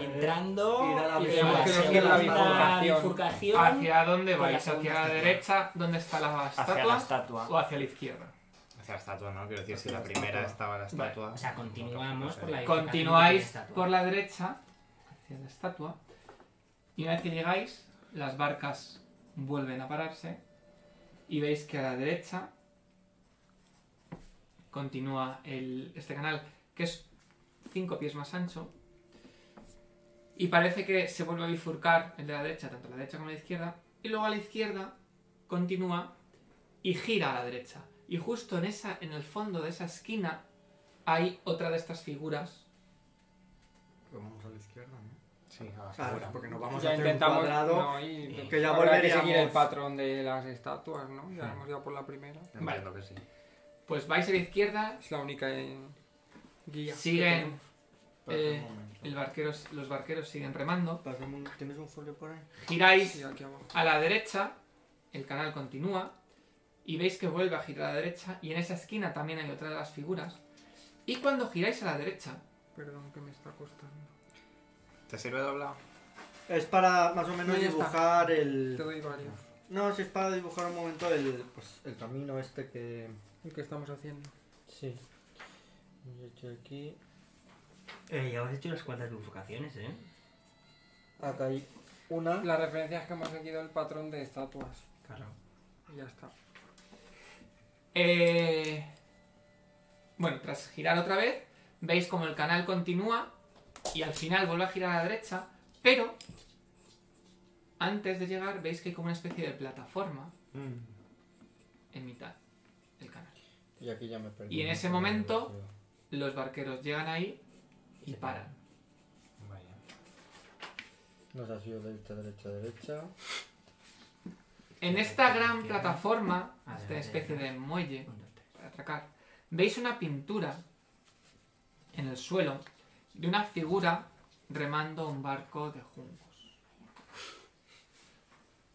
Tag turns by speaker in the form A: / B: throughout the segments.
A: entrando
B: Y da la
A: y
B: bifurcación.
A: la
B: Tenemos que
A: segunda
B: hacer la
A: bifurcación.
C: ¿Hacia dónde
A: con la
C: vais? ¿Hacia
A: segunda
C: la
A: estatua.
C: derecha? ¿Dónde está la
D: Hacia la
C: estatua?
D: estatua.
C: ¿O hacia la izquierda?
D: Hacia la estatua, ¿no? Quiero decir, si
B: Hacia
D: la
B: la
D: primera
B: estatua.
D: estaba la estatua.
A: O sea, continuamos por la bifurcación
C: Continuáis
A: con la estatua.
C: por la derecha, hacia la estatua, y una vez que llegáis, las barcas vuelven a pararse, y veis que a la derecha continúa el- este canal, que es 5 pies más ancho, y parece que se vuelve a bifurcar el de la derecha, tanto la derecha como la izquierda, y luego a la izquierda continúa y gira a la derecha. Y justo en, esa, en el fondo de esa esquina hay otra de estas figuras
B: Vamos a la izquierda, ¿no?
D: Sí, a la
B: Claro,
D: segura.
B: porque nos vamos a
E: Ya
B: hacer un
E: intentamos.
B: cuadrado.
E: no, y-
B: que ya
E: habrá que
B: volveríamos.
E: seguir el patrón de las estatuas, ¿no? Ya hemos ido por la primera.
D: Entiendo que sí.
C: Pues vais a la izquierda,
E: Es la única eh, guía. que
C: siguen
E: tenemos.
C: eh,
B: Espera un momento.
C: el barqueros, los barqueros siguen remando,
B: Pásame un- ¿Tienes un folio por ahí?
E: Sí,
C: giráis
E: aquí abajo.
C: a la derecha, el canal continúa y veis que vuelve a girar a la derecha y en esa esquina también hay otra de las figuras. Y cuando giráis a la derecha,
E: Perdón que me está costando.
D: ¿Te sirve doblado?
B: Es para más o menos
E: No, ya está.
B: dibujar
E: Te
B: el.
E: doy varios.
B: No, si es para dibujar un momento el, pues, el camino este que.
E: El que estamos haciendo.
B: Sí. Yo he hecho aquí.
A: Eh, ya habéis hecho unas cuantas bifurcaciones, ¿eh?
B: Acá hay una.
E: La referencia es que hemos seguido el patrón de estatuas.
A: Claro.
E: Y ya está.
C: eh, bueno, tras girar otra vez, veis como el canal continúa y al final vuelve a girar a la derecha, pero antes de llegar veis que hay como una especie de plataforma
B: Mm.
C: en mitad del canal.
B: Y aquí ya me perdí.
C: Y en ese momento los barqueros llegan ahí y paran.
D: Vaya.
B: Nos ha sido derecha, derecha, derecha.
C: En esta gran plataforma,
A: Adelante,
C: esta especie de
A: adelante.
C: muelle
A: Un, dos, tres.
C: para atracar, veis una pintura en el suelo de una figura remando un barco de juncos.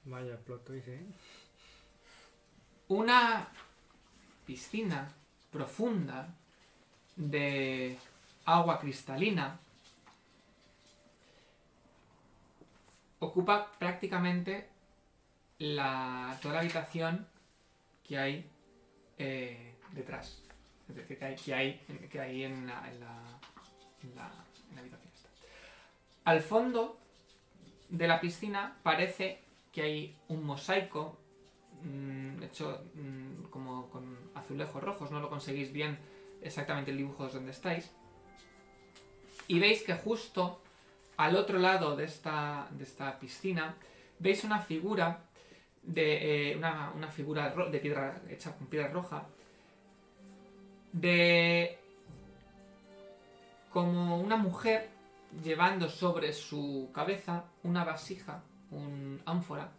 B: Vaya, plot twist, ¿eh?
C: Una piscina profunda de agua cristalina ocupa prácticamente la, toda la habitación que hay eh, detrás. Es decir, que hay, que hay, que hay en, la, en, la, en la- en la habitación. esta. Al fondo de la piscina parece que hay un mosaico mm, hecho mm, como con azulejos rojos. No lo conseguís bien exactamente el dibujo de donde estáis. Y veis que justo al otro lado de esta, de esta piscina veis una figura de eh, una, una figura ro- de piedra hecha con piedra roja de como una mujer llevando sobre su cabeza una vasija un ánfora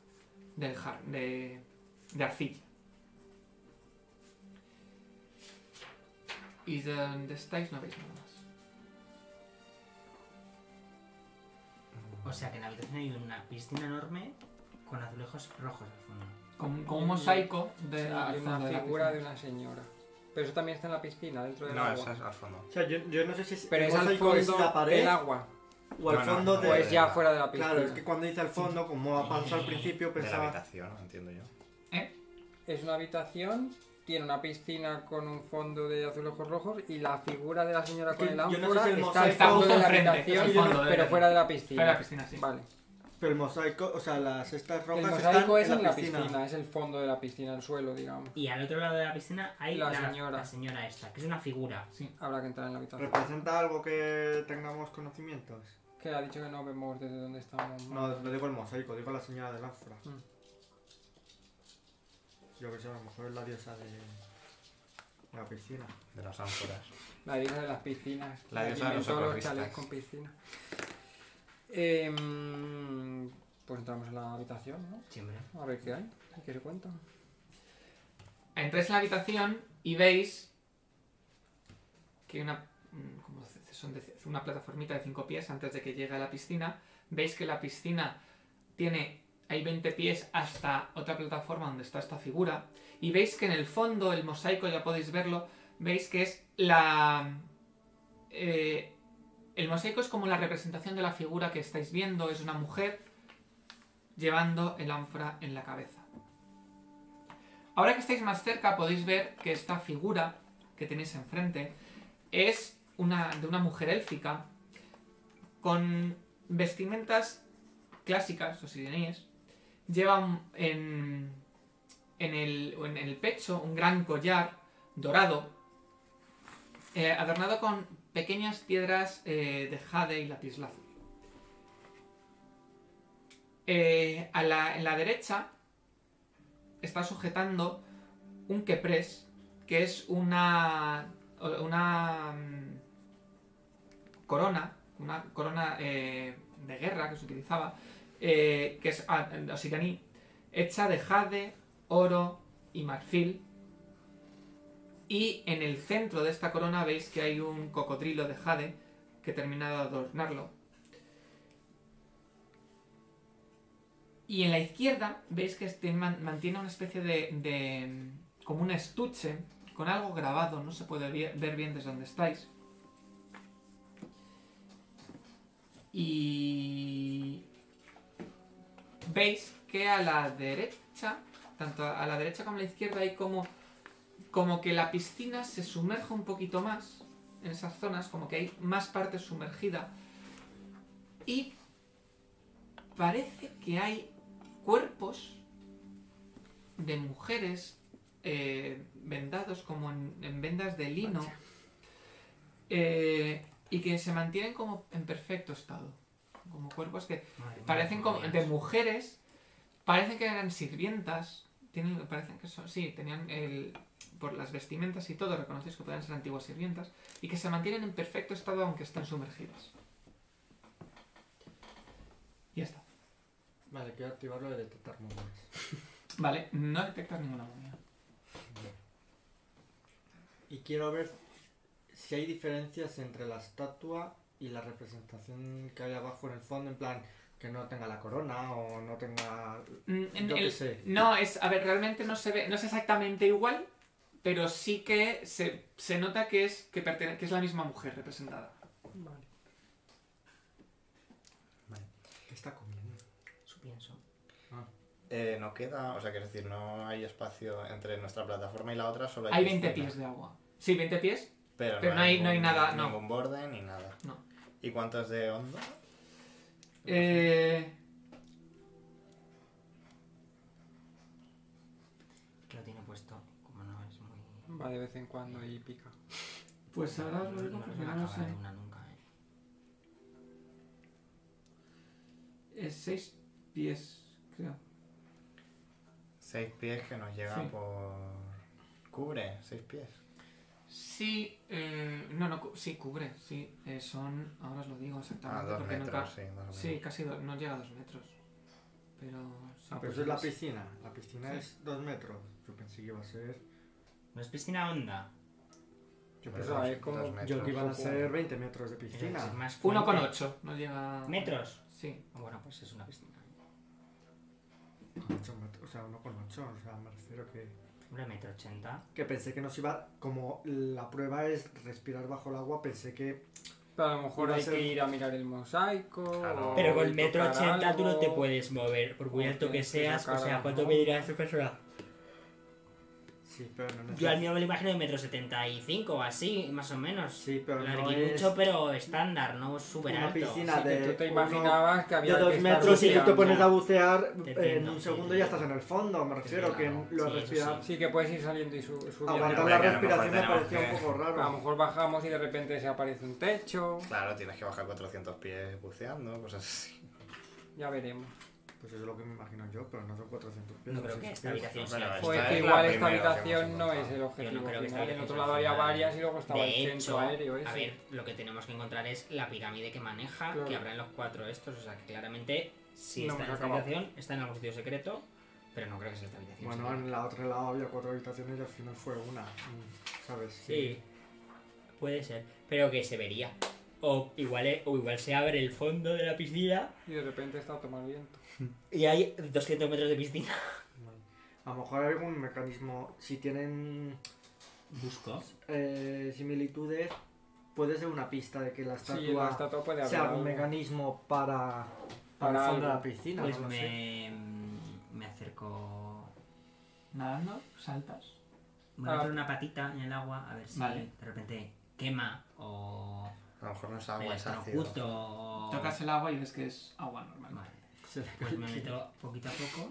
C: del jar- de, de arcilla y de donde estáis no veis nada más
A: O sea que en la habitación hay una piscina enorme con azulejos rojos al fondo.
C: Con, con un mosaico de,
E: Sí,
C: al
E: hay
C: fondo de
E: una
C: la
E: figura
C: piscina.
E: de una señora. Pero eso también está en la piscina, dentro del
D: Pues No,
E: agua.
D: esa es al fondo.
B: O sea, yo, yo no sé si es,
E: Pero
B: el
E: es al
B: mosaico es la
E: fondo
B: pared
E: del agua.
B: o al
D: No, no,
B: fondo
D: no,
B: de.
E: O es ya
D: la-
E: fuera de la piscina.
B: Claro, es que cuando dice al fondo, como ha pasado al principio,
D: De la
B: pensaba.
D: habitación, entiendo yo.
E: Es una habitación, tiene una piscina con un fondo de azulejos rojos y la figura de la señora con
B: Que
E: el
B: yo no sé
E: ánfora
B: si el
E: está
B: mosaico-
E: al fondo de la
C: Está justo enfrente,
E: habitación,
B: es que yo no-
E: pero fuera de la piscina.
C: Fuera de la piscina, sí.
E: Vale.
B: Pero el mosaico, o sea, las estas
E: El
B: rojas
E: mosaico es
B: están
E: en la piscina. es el fondo de la piscina, el suelo, digamos.
A: Y al otro lado de la piscina hay
E: La
A: la,
E: señora.
A: la señora esta, que es una figura.
E: Habrá que entrar en la habitación.
B: ¿Representa algo que tengamos conocimientos?
E: Que ha dicho que no vemos desde donde estamos.
B: No, no digo el mosaico, digo la señora del ánfora.
E: Mm.
B: Yo que sé, a lo mejor es la diosa de. de la piscina.
D: De las ánforas.
E: La diosa de las piscinas.
D: La diosa de
E: que
D: los
E: inventó
D: socorristas.
E: chalets con piscina. Em, pues entramos en la habitación, ¿no?
A: Siempre.
E: A ver qué hay. ¿Qué se cuenta?
C: Entráis en la habitación y veis que hay una, mm, como c- son de- una plataformita de cinco pies antes de que llegue a la piscina. Veis que la piscina tiene, hay 20 pies hasta otra plataforma donde está esta figura. Y veis que en el fondo, el mosaico, ya podéis verlo, veis que es la... eh, El mosaico es como la representación de la figura que estáis viendo, es una mujer llevando el ánfora en la cabeza. Ahora que estáis más cerca podéis ver que esta figura que tenéis enfrente es una, de una mujer élfica con vestimentas clásicas o sireníes. Lleva un- en, en, el, en el pecho un gran collar dorado eh, adornado con pequeñas piedras eh, de jade y lapislázuli. Eh, a la, en la derecha está sujetando un quepres, que es una una mm, corona, una corona eh, de guerra que se utilizaba, eh, que es ah, osirianí, hecha de jade, oro y marfil. Y en el centro de esta corona veis que hay un cocodrilo de jade que termina de adornarlo. Y en la izquierda veis que este man- mantiene una especie de, de, mm, como un estuche con algo grabado, no se puede vi- ver bien desde donde estáis. Y veis que a la derecha, tanto a la derecha como a la izquierda, hay como, como que la piscina se sumerja un poquito más en esas zonas, como que hay más parte sumergida. Y parece que hay cuerpos de mujeres eh, vendados como en, en vendas de lino eh, y que se mantienen como en perfecto estado. Como cuerpos que
A: Madre mía,
C: parecen como
A: Dios.
C: de mujeres, parecen que eran sirvientas, tienen, parecen que son, sí, tenían el, por las vestimentas y todo, reconocéis que podían ser antiguas sirvientas, y que se mantienen en perfecto estado aunque estén sumergidas. Y ya está.
B: Vale, quiero activarlo de detectar momias.
C: Vale, no detectas ninguna momia.
B: Y quiero ver si hay diferencias entre la estatua y la representación que hay abajo en el fondo, en plan que no tenga la corona o no tenga...
C: Mm, en
B: Yo qué
C: el-
B: sé.
C: No, es, a ver, realmente no se ve, no es exactamente igual, pero sí que se, se nota que es, que, pertene- que es la misma mujer representada.
E: Vale.
B: ¿Qué está comiendo?
A: Eso pienso.
D: Eh, no queda, o sea, quiero decir, no hay espacio entre nuestra plataforma y la otra, solo hay,
C: Hay 20
D: piscina.
C: pies de agua. Sí, 20 pies,
D: Pero,
C: pero no hay- no hay
D: ningún-
C: nada, no.
D: Ningún borde ni nada.
C: No.
D: ¿Y cuánto es de hondo?
C: Eh,
A: Que lo tiene puesto. Como no es muy.
E: Va de vez en cuando y pica.
C: pues ahora
A: no,
C: lo digo
A: no
C: porque
A: se me
C: no lo
A: acaba de
C: sé.
A: una nunca, eh.
C: Es 6 pies, creo.
D: 6 pies que nos llegan
C: Sí.
D: por... Cubre, 6 pies.
C: Sí, eh, no, no, cu- sí, cubre, sí. eh, son, ahora os lo digo
D: Ah,
C: exactamente,
D: 2
C: porque
D: metros,
C: nunca...
D: sí, dos metros.
C: Sí, casi do- no llega a dos metros. Pero... sí,
B: Pero
C: pues
B: eso Ah, es la
C: es-
B: piscina. La piscina
C: Sí.
B: es dos metros. Yo pensé que iba a ser...
A: No es piscina honda.
B: Yo
D: Pero
B: pensaba
D: dos-
B: eh, como-
D: dos
B: yo
D: metros,
B: que iban a
D: ojo.
B: ser 20 metros de
A: Es decir,
B: piscina.
A: más fuerte.
C: 1,8, no llega...
A: ¿Metros?
C: Sí.
A: Ah, Bueno, pues es una piscina.
B: Ocho metros, o sea, uno con ocho. O sea, me refiero que...
A: Hombre, metro ochenta.
B: Que pensé que nos iba... Como la prueba es respirar bajo el agua, pensé que...
E: Pero a lo mejor
B: Va a
E: hay
B: ser-
E: que ir a mirar el mosaico.
D: Claro.
E: o
D: Pero
E: tocar algo.
A: mover, por
E: cubierto que seas, o sea, ¿cuánto medirá
A: esa persona?
B: Sí, pero no
A: Yo al
B: necesito...
A: mío me lo imagino de metro setenta y cinco o así, más o menos.
B: Sí, pero no es...
A: Larguirucho, pero estándar, no súper
B: Una
A: alto.
B: piscina
E: Así que
B: de
E: tú te
B: uno-
E: imaginabas que había
B: De
E: que
B: dos
E: estar
B: metros y tú te
E: buceando.
B: pones a bucear
A: Te
B: en
A: entiendo,
B: un
A: sí,
B: segundo
A: te
B: y ya estás en
A: entiendo.
B: el fondo, me refiero, que
A: Claro,
B: lo
A: sí, eso
B: respirar...
A: sí.
E: Sí, que puedes ir saliendo y su- subiendo.
B: Aguantar
D: Hombre,
B: la
D: que a lo mejor
B: respiración me
D: tenemos
B: parecía un
D: que-
B: poco
E: A lo
B: raro.
E: mejor bajamos y de repente se aparece un techo.
D: Claro, tienes que bajar 400 pies buceando, cosas así.
E: Ya veremos.
B: Pues eso es lo que me imagino yo, pero no son 400 pies.
A: No creo
B: 200
A: que esta
B: pies.
A: habitación
D: Bueno,
A: sea
D: esta
E: Pues
D: es
E: que
D: la
E: igual esta
D: primera que
E: habitación
D: hemos
E: no es
D: encontrado.
E: el
A: Yo no
E: objetivo
A: creo que
E: final.
A: esta
E: En otro
A: defensa
E: lado había
A: final-
E: varias y luego estaba el
A: De
E: centro
A: hecho,
E: aéreo
A: a
E: ese.
A: ver, lo que tenemos que encontrar es la pirámide que maneja,
E: Claro.
A: que habrá en los cuatro estos. O sea, que claramente, si
E: No
A: está en esta
E: hemos acabado.
A: habitación, está en algún sitio secreto, pero no creo que sea esta habitación.
B: Bueno,
A: secreta.
B: en la otra lado había cuatro habitaciones y al final fue una, mm, ¿sabes?
A: Sí, puede ser, pero que se vería. O igual, e, o igual se abre el fondo de la piscina
E: Y de repente está tomando viento.
A: y hay 200 metros de piscina.
B: Vale. A lo mejor hay algún mecanismo, si tienen
A: Busco.
B: eh, similitudes, puede ser una pista de que la estatua,
E: Sí, la estatua puede
B: sea
E: hablar.
B: un mecanismo para, para,
E: Para
B: el fondo de
E: algo.
B: la piscina.
F: Pues
B: no lo sé.
F: me, me acerco.
C: Nadando, saltas.
F: Voy a
E: Ah.
F: meter una patita en el agua a ver si
C: Vale.
F: de repente quema o
D: A lo mejor no es
F: me
D: agua, es ácido.
F: electrocuto o.
C: Tocas el agua y ves que es agua normal.
F: Vale.
B: Se le
F: Pues me
B: cae.
F: meto poquito a poco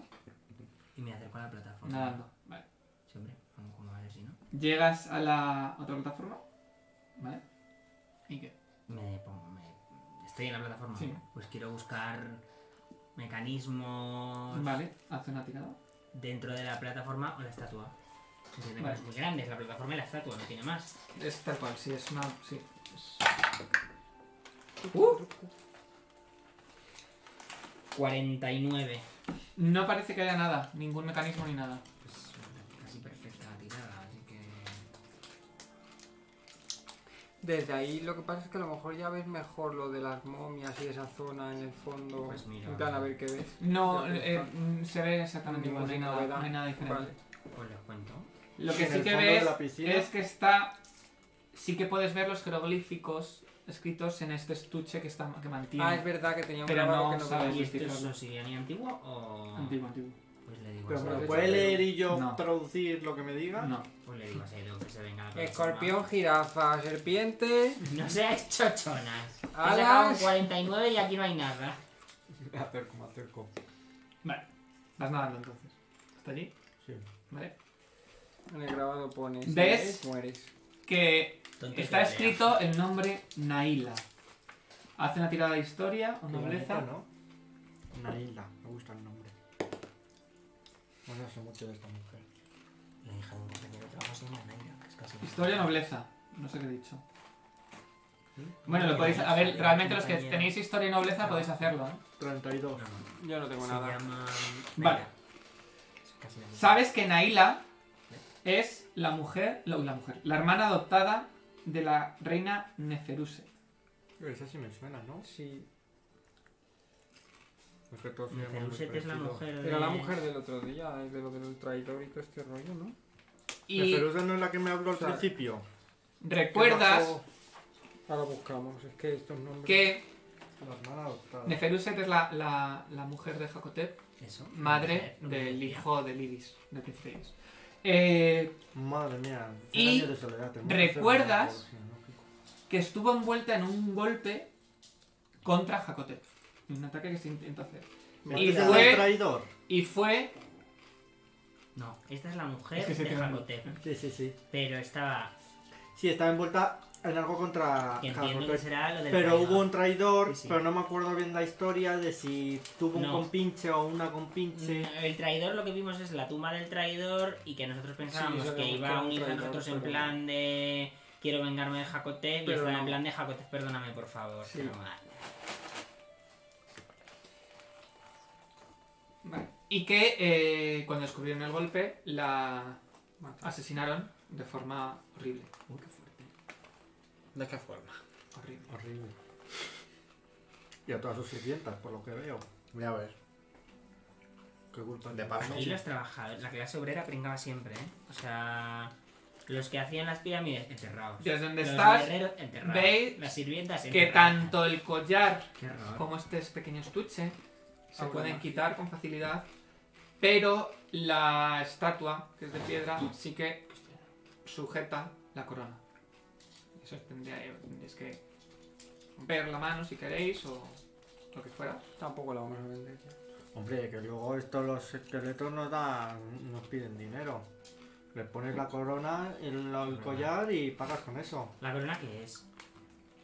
F: y me acerco a la plataforma.
C: Nadando. Vale.
F: Siempre, como, como así, ¿no?
C: Llegas a la otra plataforma. ¿Vale? ¿Y qué?
F: Me pongo. me- Estoy en la plataforma.
C: Sí.
F: Pues quiero buscar mecanismos
C: Vale, haz una tirada.
F: dentro de la plataforma o la estatua. Entiendo que
C: Vale.
F: es muy grande, es la plataforma y la estatua, no tiene más.
C: Es tal cual, sí, es una. Sí. es-
F: 49.
C: No parece que haya nada, ningún mecanismo ni nada.
F: Pues casi perfecta la tirada, así que.
E: Desde ahí lo que pasa es que a lo mejor ya ves mejor lo de las momias y esa zona en el fondo.
F: Pues mira.
E: En plan, a ver qué ves.
C: No,
E: Ya
C: eh, mm, se ve exactamente igual, no hay
E: Ninguna
C: nada,
E: novedad.
C: no hay nada diferente.
E: Vale. Ah,
F: Pues les cuento.
C: Lo que
B: En
C: sí
B: el
C: que
B: fondo de
C: ves
B: la piscina.
C: es que está. Sí que puedes ver los jeroglíficos escritos en este estuche que, está, que mantiene.
E: Ah, es verdad que tenía un
C: Pero
E: grabado
C: no
E: que no
C: sabes.
E: veía.
F: ¿Y esto es
C: justificarlo.
F: obsidiania antigua o.?
C: Antiguo, antiguo.
F: Pues le digo
B: Pero
F: a
B: me lo
F: Saeed-
B: puede leer y yo
C: No.
B: traducir lo que me diga.
C: No.
F: Pues le digo a Saeed que se venga a la plataforma.
E: Escorpión, jirafa, serpiente.
F: No seas chochonas. He
E: Alas.
F: sacado un 49 y aquí no hay nada.
B: Me acerco, me acerco.
C: Vale. Vas nadando entonces. ¿Hasta allí?
B: Sí.
C: Vale.
E: En el grabado pone. si
C: ¿Ves?
E: eres, mueres.
C: Que
F: Tonto
C: está
F: que lo
C: escrito el nombre Naila. Hace una tirada de historia o
B: Qué bonito,
C: nobleza.
B: ¿no? Naila, me gusta el nombre. No sé mucho de esta mujer.
F: lea. La hija de un compañero de trabajo se llama Naira, que es casi.
C: Historia o nobleza. No sé qué he dicho.
B: ¿Sí?
C: Bueno, lo
F: Sí,
C: podéis.
F: sí,
C: A ver,
F: sí,
C: realmente
F: sí,
C: los que
F: sí.
C: tenéis historia y nobleza podéis hacerlo. ¿eh?
F: No,
B: 32.
F: no,
E: Yo no tengo
F: Se
E: nada.
F: llama.
C: Vale.
F: Naira. Es casi la misma.
C: Sabes que Naila es la mujer, la, la mujer, la hermana adoptada de la reina Neferuset.
B: Esa sí me suena, ¿no?
E: Sí.
B: Es que todos se llaman muy
F: Neferuset es la
B: parecido.
F: mujer.
E: Era la
F: de-
E: mujer del otro día, es de lo del traidor y todo este rollo, ¿no?
C: Y
B: Neferusa no es la que me habló al
E: Claro.
B: principio.
C: recuerdas
E: Ahora buscamos, es que estos nombres.
C: que
B: La hermana adoptada.
C: Neferuset es la, la- la mujer de Jacotep,
F: Eso.
C: madre
F: Mujer,
C: del
F: mujer.
C: hijo de Libis, de Cepseus. Eh,
B: Madre mía. cien
C: Y
B: años de soledad, tenemos que hacer
C: ¿recuerdas?
B: una antología, ¿no?
C: que estuvo envuelta en un golpe contra Jacotep. Un ataque que se intentó hacer.
B: ¿Me
C: Y
B: dices
C: fue-
B: el traidor?
C: Y fue
F: No, esta es la mujer
C: Es que se
F: de
C: tiene-
F: Jacotep.
B: Sí, sí, sí.
F: Pero estaba.
B: Sí, estaba envuelta en algo contra
F: que Entiendo
B: Harrow,
F: que será lo del.
B: Ah, Pero
F: traidor.
B: hubo un traidor,
F: Sí, sí.
B: pero no me acuerdo bien la historia de si tuvo un
F: No.
B: compinche o una compinche.
F: Mm, El traidor lo que vimos es la tumba del traidor y que nosotros pensábamos
E: sabemos
F: que iba
E: que era
F: a
E: un
F: unirse a
E: traidor,
F: nosotros en
E: pero-
F: plan de quiero vengarme de Jacotep y
E: Pero
F: estaba
E: no.
F: en plan de Jacotep, perdóname por favor.
E: Sí.
F: pero mal.
C: Vale. Y que eh, cuando descubrieron el golpe, la
E: Mata.
C: asesinaron de forma horrible.
F: Uy, qué fuerte.
B: ¿De qué forma?
C: Horrible.
B: Horrible. Y a todas sus sirvientas, por lo que veo.
D: Ya ves.
B: Qué culpa.
D: De
C: Ah,
B: tiene.
D: paso.
F: Aquí los trabajadores, la clase obrera pringaba siempre, ¿eh? O sea, los que hacían las pirámides enterrados.
C: Desde donde
F: los
C: estás,
F: guerreros enterrados.
C: veis
F: las sirvientas
C: que
F: enterradas.
C: tanto el collar
F: Qué horror.
C: como este pequeño estuche se
E: Ahora
C: pueden
E: más.
C: quitar con facilidad, pero la estatua, que es de piedra, sí que sujeta la corona. Eso tendría, tendríais que romper la mano si queréis o lo que fuera.
E: Tampoco la vamos a vender. ya.
F: Mm.
B: Hombre, que luego estos los esqueletos nos dan, nos piden dinero. Les pones la corona, el, el collar y pagas con eso.
F: ¿La corona qué es?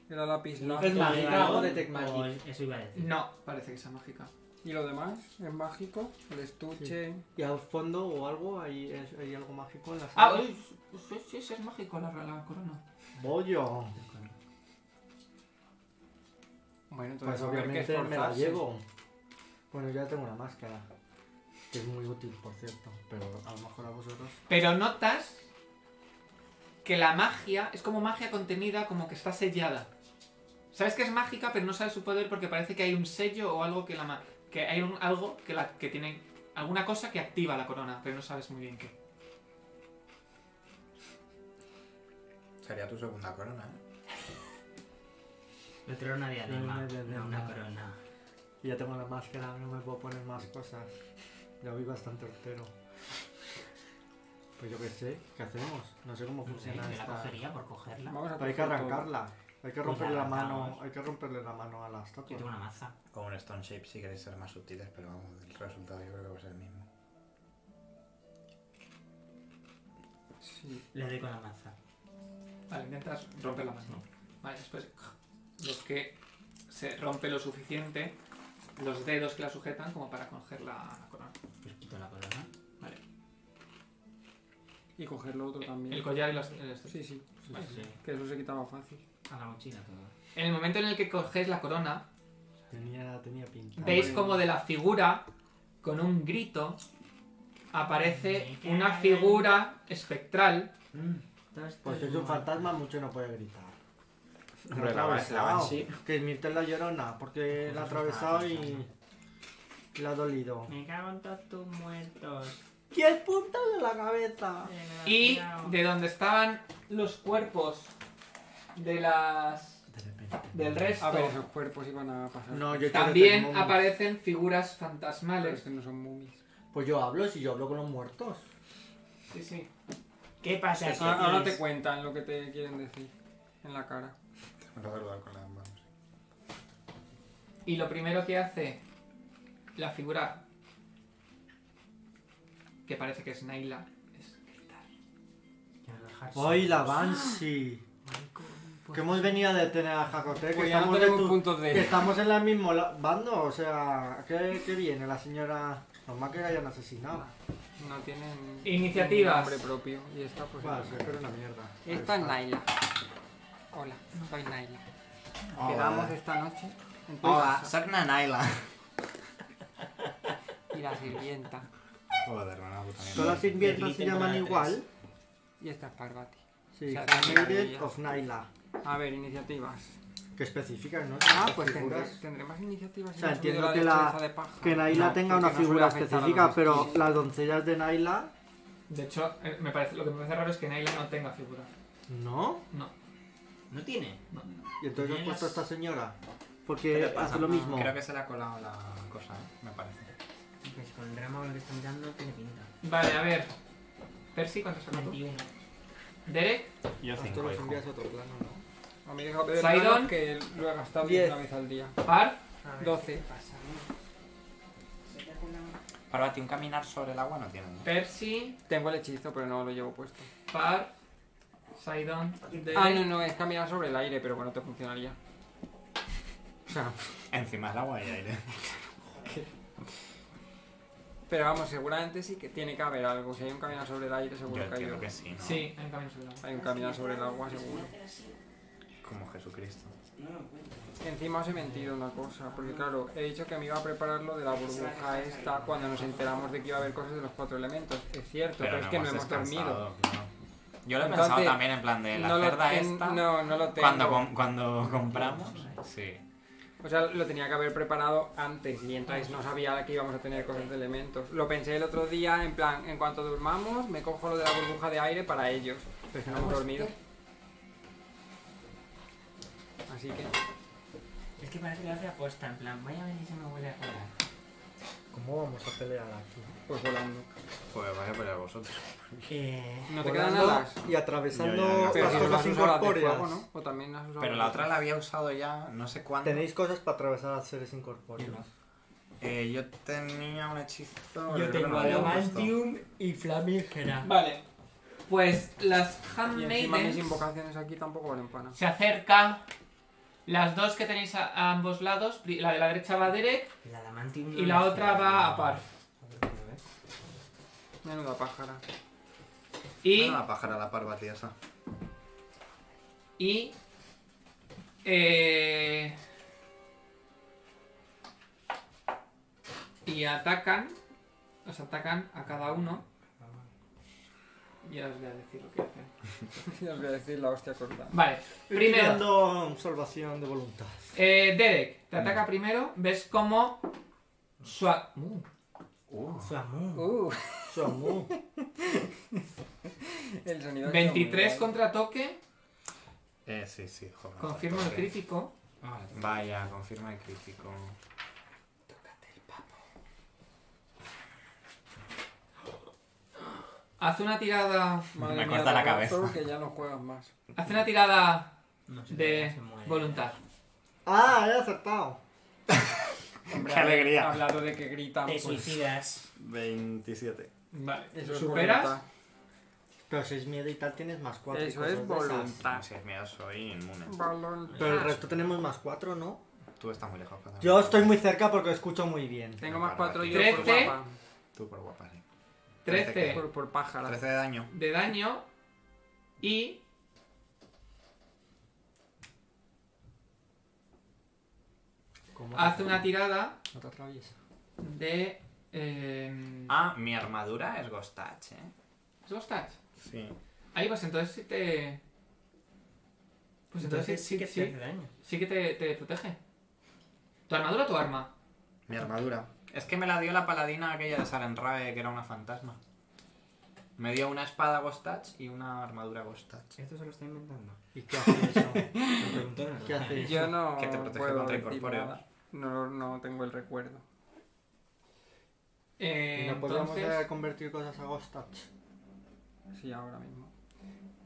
E: Era lápiz
B: Es
E: lápiz.
B: más. mágica, algo
F: de
B: de tech magic.
F: Pues, Eso iba a decir.
C: No, parece que sea mágica.
E: ¿Y lo demás? ¿Es mágico? ¿El estuche?
B: Y al fondo o algo, hay, es- hay algo mágico en la
C: Ah,
B: sala.
C: uy, sí, sí, sí, es mágico la, la corona.
B: ¡Bollo!
E: Bueno,
B: Pues
E: entonces habrá que
B: obviamente me la
E: esforzarse.
B: llevo. Bueno, ya tengo una máscara. Que es muy útil, por cierto. Pero a lo mejor a vosotros.
C: Pero notas que la magia es como magia contenida, como que está sellada. Sabes que es mágica, pero no sabes su poder porque parece que hay un sello o algo que la ma- que hay un- algo que la que tiene alguna cosa que activa la corona, pero no sabes muy bien qué.
D: Sería tu segunda corona, ¿eh?
F: Lo otro era una diadema,
B: Una diadema.
F: no una corona.
B: Y ya tengo la máscara, no me puedo poner más cosas. Ya vi bastante hortero. Pues yo qué sé, ¿qué hacemos? No sé cómo
F: No sé, yo
B: funciona
F: la
B: esta.
F: cogería por cogerla.
E: Vamos a
B: Hay que
E: coger todo.
B: arrancarla. Hay que
F: Pues
B: romperle
F: la
B: la mano.
F: arrancamos.
B: Hay que romperle la mano a la
F: Yo
B: estatua.
F: tengo una maza.
D: Con un Stone Shape si queréis ser más sutiles, pero vamos, el resultado yo creo que va a ser el mismo.
E: Sí.
F: Le doy con la maza.
C: Vale, intentas romper la mano. Vale, después los que se rompe lo suficiente, los dedos que la sujetan como para coger la, la corona.
F: Pues quito la corona.
C: Vale.
E: Y coger lo
B: Eh,
E: otro también.
C: El collar y los... el esto.
E: Sí, sí. sí,
C: Vale,
E: sí.
F: Pues sí.
E: Que eso se quitaba fácil.
F: A la mochila todo.
C: En el momento en el que cogéis la corona,
B: Tenía, tenía pinta.
C: Ah, Veis como de la figura, con un grito, aparece una figura espectral.
B: Mm, Pues es un fantasma, mucho no puede gritar.
D: Hombre, la Ban- la Banshee.
B: Que Mirta es la llorona, porque
F: Pues
B: la ha
F: eso
B: atravesado
F: está,
B: y. Le ha dolido.
F: Me cago en todos tus muertos.
B: ¡Diez puntos en la cabeza!
E: Ah,
C: Y
F: Desgraciado.
C: de donde estaban los cuerpos de las del
B: Mm,
E: A ver,
C: resto,
E: esos cuerpos iban a pasar.
B: No, yo quiero
C: también
B: tener este un-
C: aparecen figuras
E: Pero
C: fantasmales.
E: es que no son mummies.
B: Pues yo hablo, si yo hablo con los muertos.
C: Sí, sí.
F: ¿Qué pasa?
E: Eso ahora
F: quieres?
E: te cuentan lo que te quieren decir en la cara.
D: Me voy a saludar con la Banshee.
C: Y lo primero que hace la figura, que parece que es Naila, es gritar.
F: Quiero dejar
B: ¡Ay, la
F: solos.
B: Banshee! Que hemos venido a detener a Jacote, pues que,
E: Pues ya no
B: estamos, de
E: tenemos
B: tu-
E: puntos de.
B: que estamos en el mismo la- bando, o sea, ¿qué, qué viene la señora? Normal que la hayan asesinado.
E: No tienen.
C: Iniciativas.
E: Nombre propio. Y esta, pues.
B: Bueno,
E: es-
B: sí, pero una mierda.
E: Esta es
B: Ahí está.
E: Naila. Hola, soy Naila.
D: Hola.
E: Quedamos esta noche
B: Ah.
E: en tu
D: Hola,
E: casa.
D: Sagna Naila.
E: y la sirvienta.
D: Joder, una puta mierda.
B: Todas las inviertas se
F: Elite
B: llaman
F: temporada
B: igual.
E: Y esta es Parvati.
B: Sí,
E: O sea,
B: The
E: también
B: Maiden
E: ella.
B: of Naila.
E: A ver, iniciativas.
B: Que especifican, ¿no?
E: Ah,
B: Las
E: pues tendré,
B: figuras.
E: tendré más iniciativas. si
B: O sea,
E: no he subido
B: entiendo que la-
E: destreza de paja.
B: Que Naila
E: No,
B: tenga una
E: porque no suele
B: figura
E: afectar a los
B: específica, pero
E: skills.
B: las doncellas de Naila,
C: De hecho, eh, me parece, lo que me parece raro es que Naila no tenga figura.
B: ¿no?
C: No,
F: ¿No tiene?
C: no.
B: Y entonces has
F: Tenías-
B: puesto a esta señora.
D: ¿Qué
B: Porque
D: le pasa?
B: hace lo mismo.
D: Creo que se le ha colado la cosa, ¿eh? me parece.
F: Pues con el drama con lo que están dando tiene pinta.
C: Vale, a ver. Percy, ¿cuánto sacó tú?
F: 21.
C: Derek,
D: Yo
B: Esto
D: cinco,
B: los
D: hijo.
B: envías a otro plano, ¿no?
E: A mí déjame de
C: Sidon.
E: manos que lo he gastado bien
B: Diez.
E: una vez al día.
C: Par,
F: A ver,
E: Doce.
F: ¿qué pasa?
D: Parvati, un caminar sobre el agua no tiene. ¿no?
C: Percy,
E: Tengo el hechizo, pero no lo llevo puesto.
C: Par, Sidon, Derek.
E: Ah, no, no, es caminar sobre el aire, pero bueno, te funcionaría. O sea,
D: Encima del agua hay aire.
E: pero vamos, seguramente sí que tiene que haber algo. Si hay un caminar sobre el aire,
D: Yo
E: seguro que hay
D: entiendo
E: algo.
D: que sí, ¿no?
C: Sí, en cambio sobre el agua.
E: Hay un caminar sobre el agua, seguro.
D: Como Jesucristo.
E: Encima os he mentido una cosa, porque claro, he dicho que me iba a preparar lo de la burbuja esta cuando nos enteramos de que iba a haber cosas de los cuatro elementos. Es cierto, pero, es que no hemos dormido.
D: descansado, claro. Yo lo he
E: Entonces,
D: pensado también en plan de la
E: no, lo
D: cerda
E: ten-
D: esta.
E: no, no lo tengo.
D: Cuando, com- cuando compramos. Sí.
E: O sea, lo tenía que haber preparado antes y entonces no sabía que íbamos a tener cosas de elementos. Lo pensé el otro día, en plan, en cuanto durmamos, me cojo lo de la burbuja de aire para ellos. Pero es
B: Pues
E: que no hemos dormido. Así que,
F: Es que parece que hace apuesta, en plan, vaya a ver si se me vuelve a colar.
B: ¿Cómo vamos a pelear aquí?
E: pues volando.
D: Pues vaya por vosotros.
F: Eh,
E: No te quedan
B: Volando
E: alas.
B: Y atravesando
D: Yo ya no.
E: Pero
B: las
E: si no
B: cosas
E: las usado las de
B: incorpóreas.
E: fuego, ¿no? O también las has usado
D: Pero
E: las
D: la
E: de
D: otra la había usado ya, no sé cuándo.
B: Tenéis cosas para atravesar a seres incorpóreos.
D: Eh, yo tenía un hechizo.
A: Yo
D: creo que no
A: tengo
D: lo había puesto.
A: Adamantium y Flamígera.
C: Vale. Pues las
E: Y encima mis
C: handmaidens
E: invocaciones aquí tampoco valen pana.
C: se acerca. Las dos que tenéis a, a ambos lados, pri- la de la derecha va a Derek
F: La Adamantium. no
C: y la
F: me
C: otra
F: suena.
C: va a Par.
E: Menuda pájara.
C: Y,
E: Ah,
D: No, la pájara, la parvati esa.
C: y eh, y atacan, os atacan a cada uno. Y ahora os voy a decir lo que hacen.
E: Ya os voy a decir la hostia corta.
C: Vale,
B: Estoy
C: primero,
B: tirando salvación de voluntad.
C: eh, Derek, te ataca primero, ves cómo su, a- uh,
D: Uh,
F: Su amor.
E: Uh,
B: Suamu.
E: el sonido. ha sido muy
C: 23
E: guay.
C: contra toque,
D: eh, sí, sí, joder.
C: confirma el
D: Sí.
C: crítico,
F: Ah, vale.
D: Vaya, confirma el crítico.
C: Haz una tirada.
E: Madre
D: Me
E: mía,
D: corta la
E: te
D: cabeza.
E: corto, Que ya no juegas más.
C: Haz una tirada
F: No sé,
C: de
F: se muere.
C: voluntad.
B: ¡Ah! He acertado.
E: Hombre,
D: ¡Qué alegría!
E: Hablado de que gritan.
F: Te
E: pues,
F: suicidas.
D: 27.
C: Vale.
E: eso es
C: Superas.
E: voluntad.
B: Pero si es miedo y tal tienes más cuatro. y
E: Eso
B: cosas
E: es
B: de esas.
E: voluntad.
D: Si es miedo, soy inmune.
E: Voluntad.
B: Pero el resto tenemos más cuatro, ¿no?
D: Tú estás muy lejos. Pazar.
B: Yo estoy muy cerca porque escucho muy bien.
E: Tengo más cuatro yo por
C: Trece.
E: guapa.
D: Tú por guapa, sí.
C: Trece.
D: Trece,
E: Por, por pájara.
D: 13 de daño.
C: de daño y
B: ¿Cómo te
C: hace
B: atravieso?
C: una tirada
B: No te atraviesa.
C: de... Eh,
D: Ah, mi armadura es Ghost Touch, ¿eh?
C: Ghost Touch.
D: Sí.
C: Ahí pues entonces sí te... Pues entonces, sí, sí,
F: te hace
C: sí,
F: daño.
C: sí que te, te protege. ¿Tu armadura o tu arma?
D: Mi armadura. Es que me la dio la paladina aquella de Sarenrae, que era una fantasma. Me dio una espada Ghost Touch y una armadura Ghost Touch.
F: Esto se lo está inventando.
B: ¿Y qué hace eso?
F: Me preguntó en
B: ¿Qué hace eso?
E: Yo no.
D: Que te protege
E: puedo
D: contra
E: decir
D: incorpóreos.
E: nada. No, no tengo el recuerdo.
C: Eh,
B: ¿Y ¿No podemos
C: entonces,
B: eh, convertir cosas a Ghost Touch?
E: Sí, ahora mismo.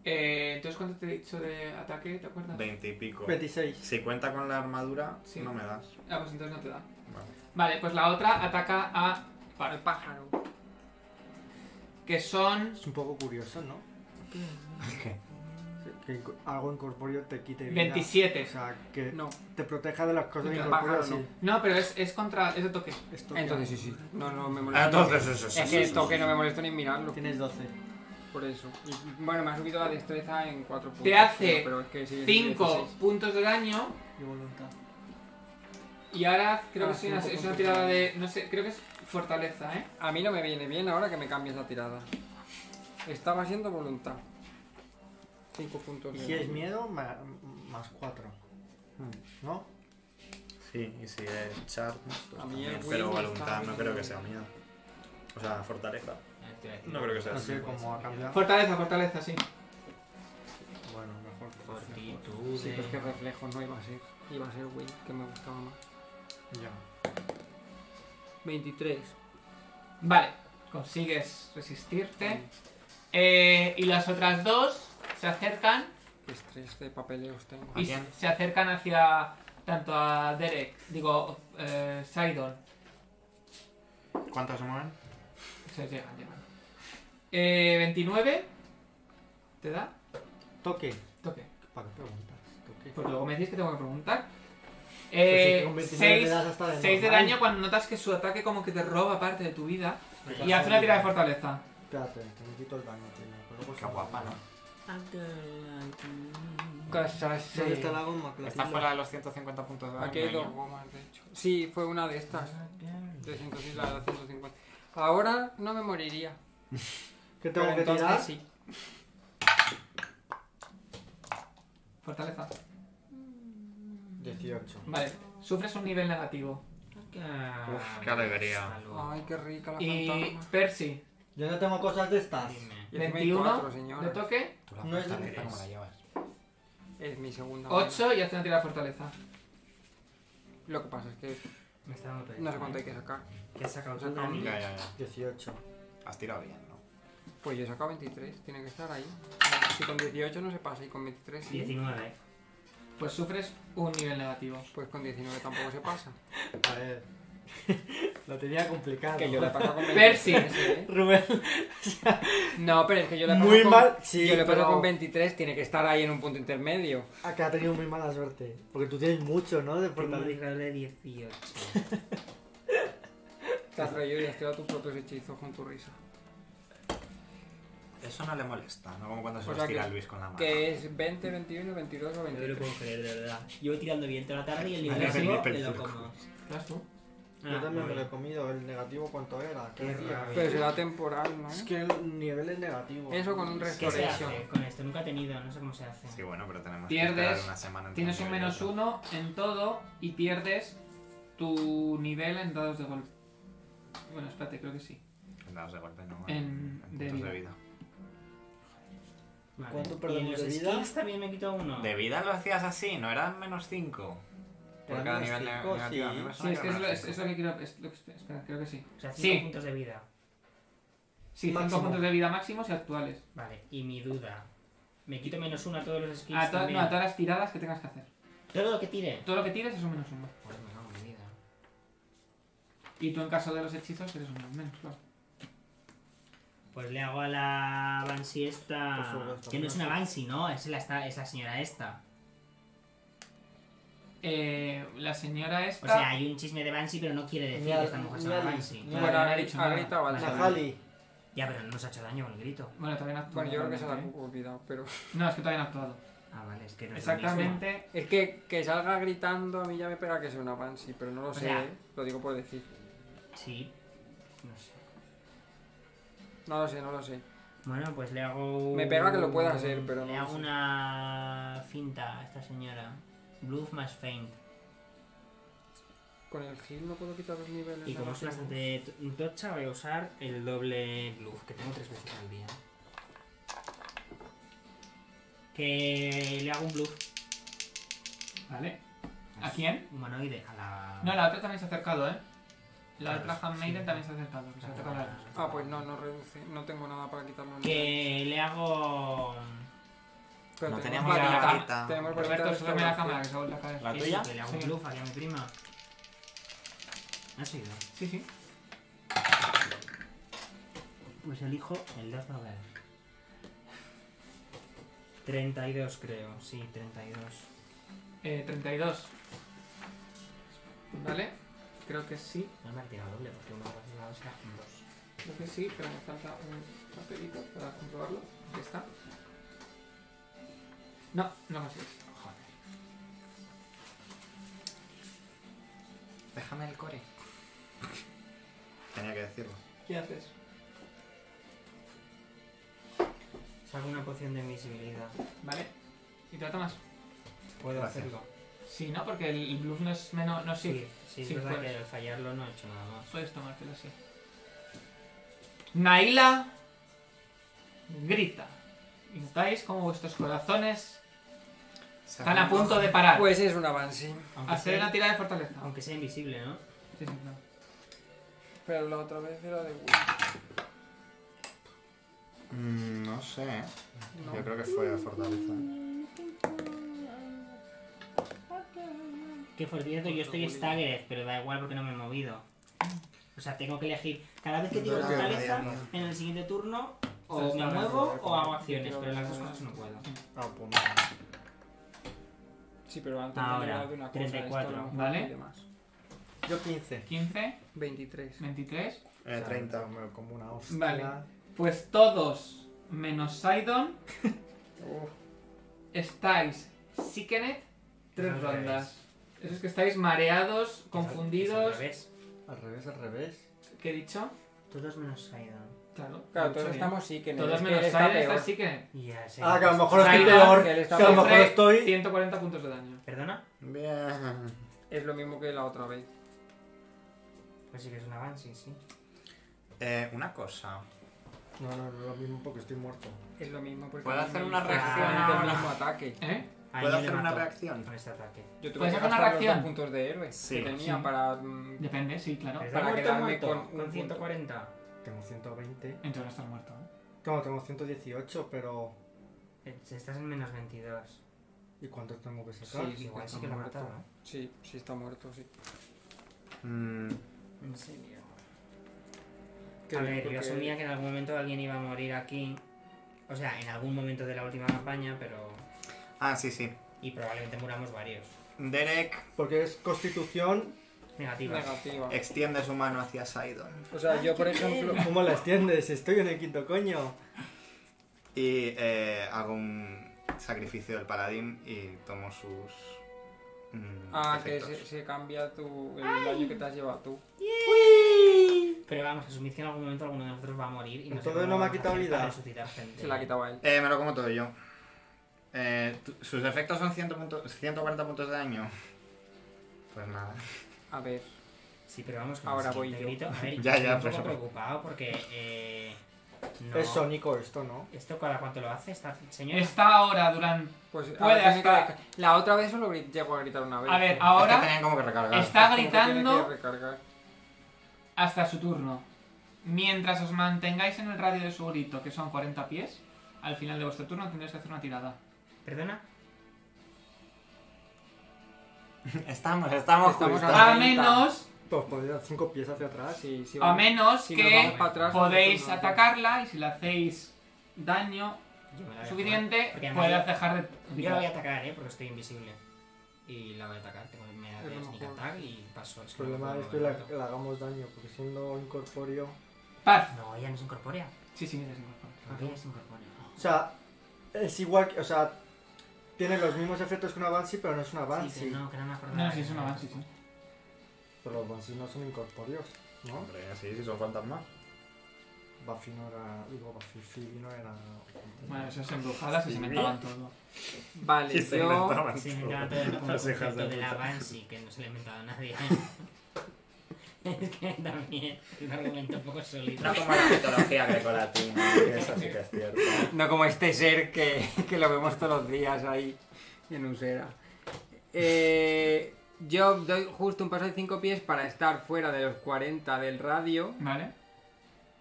C: eh, entonces ¿cuánto te he dicho de ataque? ¿Te acuerdas?
D: 20 y pico.
B: 26.
D: Si cuenta con la armadura,
C: Sí.
D: no me das.
C: Ah, pues entonces no te da.
D: Vale.
C: Vale, pues la otra ataca a...
E: El pájaro.
C: Que son
B: Es un poco curioso, ¿no? Sí, Que inco- algo incorpóreo te quite vida.
C: 27.
B: O sea, que
E: No.
B: te proteja de las cosas
E: El
B: incorpóreas.
E: pájaro
B: sí.
C: No, pero es, es contra... Es de toque.
B: Esto que-
E: Entonces sí, sí. No, no me molesta.
D: Entonces, eso
E: Es que el toque no me molesto ni en mirarlo,
B: Tienes 12.
E: por eso. Y, bueno, me ha subido la destreza en 4 puntos.
C: Te hace
E: creo, pero es que sí, es
C: 5
E: 16.
C: puntos de daño
B: Y voluntad.
C: Y ahora creo que
E: Ah,
C: es una,
E: cinco
C: es una
E: puntos.
C: tirada de. No sé, creo que es fortaleza, ¿eh?
E: A mí no me viene bien ahora que me cambies la tirada. Estaba siendo voluntad. 5 puntos
B: Y
E: de
B: si es
E: daño.
B: miedo, ma- más 4.
E: Hmm.
B: ¿No?
D: Sí, y si es charm, pues
E: A mí
D: también,
E: el
D: pero
E: Will me
D: voluntad
E: está-
D: no creo que sea miedo. O sea, fortaleza. No creo que sea
B: No
D: así. pues.
B: sé cómo ha cambiado.
C: Fortaleza, fortaleza, sí.
B: Bueno, mejor.
F: Fortitude.
E: Sí, pero es que reflejos no iba a ser. Iba a ser Will, que me gustaba más.
B: Ya.
E: 23.
C: Vale, consigues resistirte. Eh, y las otras dos se acercan.
E: Estrés de papeleos tengo.
C: Y
D: quién?
C: se acercan hacia. Tanto a Derek, digo, eh, Sidon.
D: ¿Cuántos se mueven?
C: Se llegan, llegan. Eh, 29. ¿Te da?
B: Toque.
C: Toque.
B: ¿Para qué preguntas? Toque.
C: Pues luego me decís que tengo que preguntar.
B: Pues sí, que
C: Eh,
B: con 29 le
C: 6,
B: das hasta de
C: de
B: normal.
C: daño cuando notas que su ataque como que te roba parte de tu vida.
B: Te
C: Y
B: pasa
C: haz una
B: el-
C: tira de fortaleza.
B: Espérate, te me quito el daño, tío. Pero luego
D: Qué
B: se me
D: guapa,
B: olvida.
D: ¿no?
E: Casas.
B: ¿Dónde está la goma? Que la
D: Está
B: tengo.
D: fuera de los 150 puntos de daño.
E: Aquí hay dos gomas, de hecho. Sí, fue una de estas. De 106 la de 150. Ahora no me moriría.
B: ¿Qué
E: Pero
B: tengo que
E: entonces
B: tirar?
E: sí.
C: Fortaleza.
B: 18.
C: Vale. Sufres un nivel negativo.
D: Uf, qué alegría.
F: Hasta luego.
E: Ay, qué rica la
C: Y
E: fantasma.
C: Percy,
B: Yo no tengo cosas de estas.
F: Dime.
E: Y encima hay
C: 21
E: cuatro,
C: de
E: señora.
C: toque,
D: Tú la
B: No es de
D: fortaleza,
B: tres.
D: ¿cómo la llevas?
E: Es mi segunda.
C: 8 y hace una tira de fortaleza.
E: vaina. Lo que pasa es que
F: Me está dando pereza,
E: no sé cuánto hay
F: ¿eh?
E: que sacar.
F: ¿Qué has sacado tú,
E: Saca un-
F: Dani?
D: Ya, ya, ya.
B: 18.
D: Has tirado bien, ¿no?
E: Pues yo he sacado 23, tiene que estar ahí. Si con 18 no se pasa y con 23 sí,
F: 19.
C: Pues sufres un nivel negativo.
E: pues con 19 tampoco se pasa.
B: A ver. Lo tenía complicado.
E: Que yo le he pasado con 23.
C: Percy.
E: ¿eh?
B: Rubén.
E: No, pero es que yo le he pasado
B: Muy
E: con...
B: mal. Sí,
E: yo le he pasado
B: pero
E: con 23, tiene que estar ahí en un punto intermedio.
B: Acá ha tenido muy mala suerte. Porque tú tienes mucho, ¿no? De
F: Tengo un
B: fortaleza.
F: grado de 18.
E: Te has reído y has tirado tus propios hechizos con tu risa.
D: Eso no le molesta, ¿no? Como cuando se
E: O
D: los
E: sea,
D: tira
E: que-
D: Luis con la mano.
E: Que es 20, 21, 22 o
F: No me lo
E: 23.
F: puedo creer, de verdad. Llevo tirando bien toda la tarde y el
D: Vale,
F: nivel
D: venid
F: negativo
D: pel
F: me lo
D: circo.
F: como. Ah,
C: ¿Lo has tú?
B: Yo también me lo he
F: vale.
B: comido. ¿El negativo cuánto era? ¿Qué
F: Qué
B: decía?
F: rabia.
E: Pero será temporal, ¿no?
B: Es que el nivel es negativo.
E: Eso con un
F: ¿Qué se
E: restoration.
F: hace con esto? Nunca he tenido, no sé cómo se hace.
D: Sí, bueno, pero tenemos
C: Pierdes,
D: que esperar una semana. entre
C: Tienes un
D: nivel y
C: menos
D: otro.
C: 1 en todo y pierdes tu nivel en dados de golpe. Bueno, espérate, creo que sí.
D: En dados de golpe, no.
C: En-
D: En, en
C: de
D: puntos de
C: vida.
D: vida.
F: Vale.
B: ¿Cuánto
F: y en
B: perdemos
F: los
B: de vida?
F: skills también me quito uno.
D: De vida lo hacías así, no eran menos 5. Por
B: Era
D: cada
B: menos
D: nivel ne-
B: cinco,
D: negativo.
B: sí.
D: A mí
E: Ah,
D: me
C: Sí,
D: suena
C: es que es lo,
D: eran
C: es- es lo que quiero. Es lo que, espera, creo que sí.
F: O sea, 5
C: Sí.
F: puntos de vida.
C: Sí,
B: Máximo.
C: 5 puntos de vida máximos y actuales.
F: Vale, y mi duda. ¿Me quito menos uno a todos los skills
C: A, to-
F: también?
C: no, a todas las tiradas que tengas que hacer.
F: Todo lo que tire.
C: Todo lo que tires es un menos uno.
F: Pues me cago en mi vida.
C: Y tú en caso de los hechizos eres un menos, claro.
F: Pues le hago a la Banshee
B: Por
F: esta...
B: supuesto,
F: Que no es una
B: claro.
F: Banshee, ¿no? Es la, esta- es la señora esta.
C: Eh, la señora
E: Pues
C: esta...
F: O sea, hay un chisme de Banshee, pero no quiere decir
B: Ah. Ni al-
F: que esta mujer
B: ni
F: sea una
B: al-
F: Banshee.
B: ni al-
E: Bueno,
C: no
E: ha
C: ha dicho nada.
E: gritado al
B: Najali.
F: Ya, pero no nos ha hecho daño con el grito.
C: Bueno, todavía no ha actuado.
E: Bueno, yo creo que se la
C: realmente,
E: he olvidado, pero.
C: ¿eh? No, es que todavía no ha actuado.
F: Ah, vale, es que no es lo mismo.
C: Exactamente.
E: Es que, que salga gritando a mí ya me pega que sea una Banshee, pero no lo sé,
F: sea-
E: ¿eh? lo digo por decir.
F: Sí. No sé.
E: No lo sé, no lo sé.
F: Bueno, pues le hago...
E: Me pega que lo pueda hacer, pero
F: Le
E: no lo
F: hago
E: sé.
F: una finta a esta señora. Bluff más feint.
E: Con el heal no puedo quitar los niveles.
F: Y
E: ¿no?
F: como es bastante to- tocha, voy a usar el doble bluff, que tengo tres veces al día. Que le hago un bluff
C: Vale. ¿A quién?
F: humanoide a la...
C: No, la otra también se ha acercado, ¿eh? La
F: Claro,
C: otra
F: sí.
C: Handmaiden también se ha acercado. Que se ha acercado a la otra.
E: Ah, pues no, no reduce, no tengo nada para quitar los niveles.
F: Que le hago...
E: Pero
D: No
E: tenemos
D: teníamos
C: la
E: varita-
D: varita.
E: Tenemos varita
C: Roberto,
E: de
C: súbeme la
E: restauración.
C: cámara que se ha vuelto a caer.
D: ¿La
F: eso,
D: tuya?
F: Que le hago un
C: Sí.
F: bluff aquí a mi prima. ¿Has oído?
C: Sí, sí.
F: Pues elijo el Death Novel. 32 creo, sí, 32.
C: Eh, 32. Vale. Creo que sí.
F: No me ha tirado doble porque uno de los dos era un dos.
C: Creo que sí, pero me falta un papelito para comprobarlo. Aquí está. No, no consigues.
D: Déjame el core. Tenía que decirlo.
C: ¿Qué haces?
F: Saco una poción de invisibilidad.
C: Vale. ¿Y te la tomas?
F: Puedo
D: Gracias.
F: hacerlo.
C: Sí, ¿no? Porque el bluff no es menos. No
F: Sí,
C: sirve.
F: sí,
C: sí, pues.
F: es verdad
C: puedes.
F: que al fallarlo no he hecho nada más.
C: Puedes tomártelo así. Naila grita. Y notáis como vuestros corazones están a punto de parar.
E: Pues es una Banshee.
F: Aunque
C: Hacer
F: sea,
C: una tirada de fortaleza.
F: aunque sea invisible, ¿no?
C: Sí, sí, no.
E: Pero la otra vez era de Will.
D: Mm, no sé, ¿eh?
E: No.
D: Yo creo que fue a Fortaleza. Eh,
F: Que por cierto, yo estoy staggered, pero da igual porque no me he movido. O sea, tengo que elegir. Cada vez que tiro
D: No, no,
F: fortaleza,
D: no, no.
F: en el siguiente turno, o
E: Estás
F: me
E: staggered,
F: muevo
E: ¿verdad?
F: o hago
E: Yo
F: acciones,
E: quiero
F: pero las dos
E: saber.
F: cosas no puedo.
B: Ah, pues no.
E: Sí, pero antes
F: Ahora,
E: me he hablado de una cosa.
F: 34,
E: esto no,
C: ¿vale?
E: y demás.
B: Yo
C: Eh,
B: 15.
C: 15,
E: 23.
C: 23.
D: Eh, 30.
B: Como- Como una hostia.
C: Vale. Pues todos, menos Sidon,
E: Uf.
C: estáis sickenet tres
F: Al revés.
C: rondas. Eso es que estáis mareados, confundidos.
F: ¿Ves?
B: Al revés, al revés.
C: ¿Qué he dicho?
F: Todos menos Sidon.
C: Claro. lo he
E: Claro,
C: dicho
E: todos
C: bien.
E: estamos sí que este
C: Todos menos
E: está
C: Sidon,
E: peor.
C: estáis sickenet.
F: Ya sé.
B: Ah, que a lo mejor estoy
C: Traigan,
B: peor.
E: que él
B: Que
E: está
B: a lo mejor
C: Sufre
B: estoy.
C: 140 puntos de daño.
F: ¿Perdona?
D: Bien.
E: Es lo mismo que la otra vez.
F: Pues sí que es una Banshee, sí.
D: Eh, una cosa.
B: No, no, no lo mismo porque estoy muerto.
E: Es lo mismo porque.
D: ¿Puedo
E: a mí
D: hacer
E: me
D: una
E: hizo
D: reacción
E: exactamente
D: ahora?
E: el mismo ataque.
C: ¿Eh?
F: Ahí
D: ¿Puedo
F: le
D: hacer una
F: mato
D: reacción?
F: Con este ataque.
E: Yo tuve
C: ¿Puedes
E: que
C: hacer una
E: gastar los
C: reacción?
E: dos puntos de héroe
D: Sí.
E: que tenía
F: Sí.
E: para. mm,
C: Depende, sí, claro.
F: Pero
E: Para
F: está
E: quedarme
F: muerto,
E: con
F: muerto,
E: un
F: con
E: punto.
F: 140.
B: Tengo 120.
C: Entonces no estás muerto. ¿eh?
B: Claro, tengo 118, pero.
F: Eh, Estás en menos 22.
B: ¿Y cuánto tengo que sacar?
E: Sí,
F: Igual
E: está
F: sí que lo ha
E: muerto.
F: matado. ¿eh?
E: Sí, sí está muerto, sí.
D: Mm,
F: ¿eh? En serio.
E: Que
F: a ver,
E: porque-
F: yo asumía que en algún momento alguien iba a morir aquí. O sea, en algún momento de la última campaña, pero.
D: Ah, sí, sí.
F: Y probablemente muramos varios.
D: Derek
B: Porque es constitución.
F: Negativa.
E: Negativa.
D: extiende su mano hacia Sidon.
E: O sea, yo por ejemplo.
B: ¿Cómo la extiendes? Estoy en el quinto coño.
D: Y eh, hago un sacrificio del paladín y tomo sus. mm,
E: Ah, que
D: efectos.
E: se, se cambia tu, el daño que te has llevado tú.
F: Pero vamos, asumid que en algún momento alguno de nosotros va a morir y no sé
B: Entonces
F: cómo
B: Pues no me ha
F: vamos a
B: quitado
F: hacer
B: vida.
F: para resucitar gente.
E: Se la ha quitado a él.
D: Eh, me lo como todo yo. Eh, tu- ¿Sus efectos son 100 punto- 140 puntos de daño? Pues nada.
E: A ver.
F: Sí, pero vamos con
E: Ahora
F: el
E: voy
F: siguiente
E: yo.
F: grito. A ver,
D: Ya,
F: estoy
D: ya,
F: un poco
D: pero-
F: preocupado porque eh, No.
B: Es sónico esto, ¿no?
F: ¿Esto cada cuánto lo hace esta señora?
C: Está ahora durante.
E: Pues a
C: Puede
E: ver, tiene que
C: hasta-
E: reca- La otra vez solo gri- llegó a gritar una vez.
C: A ver,
E: ¿no?
D: Es que
C: ahora
D: tenían como que recargar.
C: está
E: Como que tiene
C: gritando
E: que recargar.
C: hasta su turno. Mientras os mantengáis en el radio de su grito, que son 40 pies, al final de vuestro turno tendréis que hacer una tirada.
F: ¿Perdona?
D: Estamos, estamos,
E: Estamos
D: justo.
E: ahora-
C: A menos,
B: Pues podría dar cinco pies hacia atrás.
E: Sí, sí,
C: a
E: vamos-
C: menos
E: si nos
C: que
E: vamos para atrás,
C: podéis
E: nosotros no-
C: atacarla y si le hacéis daño
F: Yo me la voy a
C: suficiente,
F: jugar, porque además
C: puedes
F: yo-
C: dejar de
F: Yo la voy a
C: picar.
F: atacar, ¿eh? Porque estoy invisible. Y la voy a atacar. Tengo me da
E: Es lo
F: sneak
E: mejor.
F: attack y paso. Es
B: El
F: que no
B: problema
F: puedo
B: es que
F: mover
B: le,
F: tanto.
B: le hagamos daño, porque siendo incorpóreo.
C: Paz.
F: No, ella no se incorpórea.
C: Sí, sí, mira, sí, por favor.
F: ¿Por qué ella se incorpórea?
B: O sea, es igual que. O sea, tiene los mismos efectos que una Banshee, pero no es una
F: Sí, que
B: Banshee.
F: no, que no me acuerdo.
C: No, sí, es una más, sí, sí.
B: Pero los Banshees no son incorpóreos, ¿no?
D: Hombre, sí, sí, son fantasmas.
B: Buffy no era. Digo, Buffy Phoebe no era.
C: Bueno, esas embrujadas se
D: Sí.
C: inventaban todo.
E: Vale,
D: Sí, se
E: yo...
D: inventaban
F: Sí, me
D: todo.
F: encanta todo el punto
D: Las hijas
F: concepto
D: de
F: de la
D: puta.
F: Banshee, que no se le ha inventado a nadie. es que también es un argumento un poco sólido.
D: No como la mitología grecolatina, que eso sí que es cierto.
E: No como este ser que, que lo vemos todos los días ahí en Usera. Eh, yo doy justo un paso de 5 pies para estar fuera de los 40 del radio.
C: ¿Vale?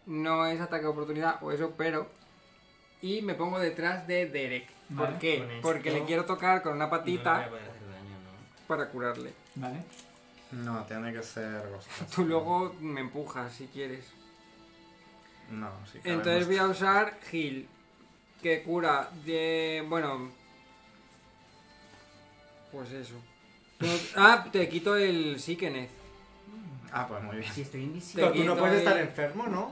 E: No es ataque de oportunidad o eso, pero... Y me pongo detrás de Derek.
C: Vale.
E: ¿Por qué?
F: Con esto-
E: Porque le quiero tocar con una
F: No le
E: patita
F: voy a poder hacer daño, ¿no?
E: para curarle.
C: ¿Vale?
D: No, tiene que ser Ghostbusters.
E: Tú luego me empujas si quieres.
D: No, sí que
E: Entonces voy
D: vemos.
E: a usar Heal, que cura de... bueno... Pues eso. Pues- ah, te quito el Sikeneth.
D: Ah, pues muy bien.
F: Si estoy invisible.
B: Pero tú no
E: quito
B: puedes
E: el-
B: estar enfermo, ¿no?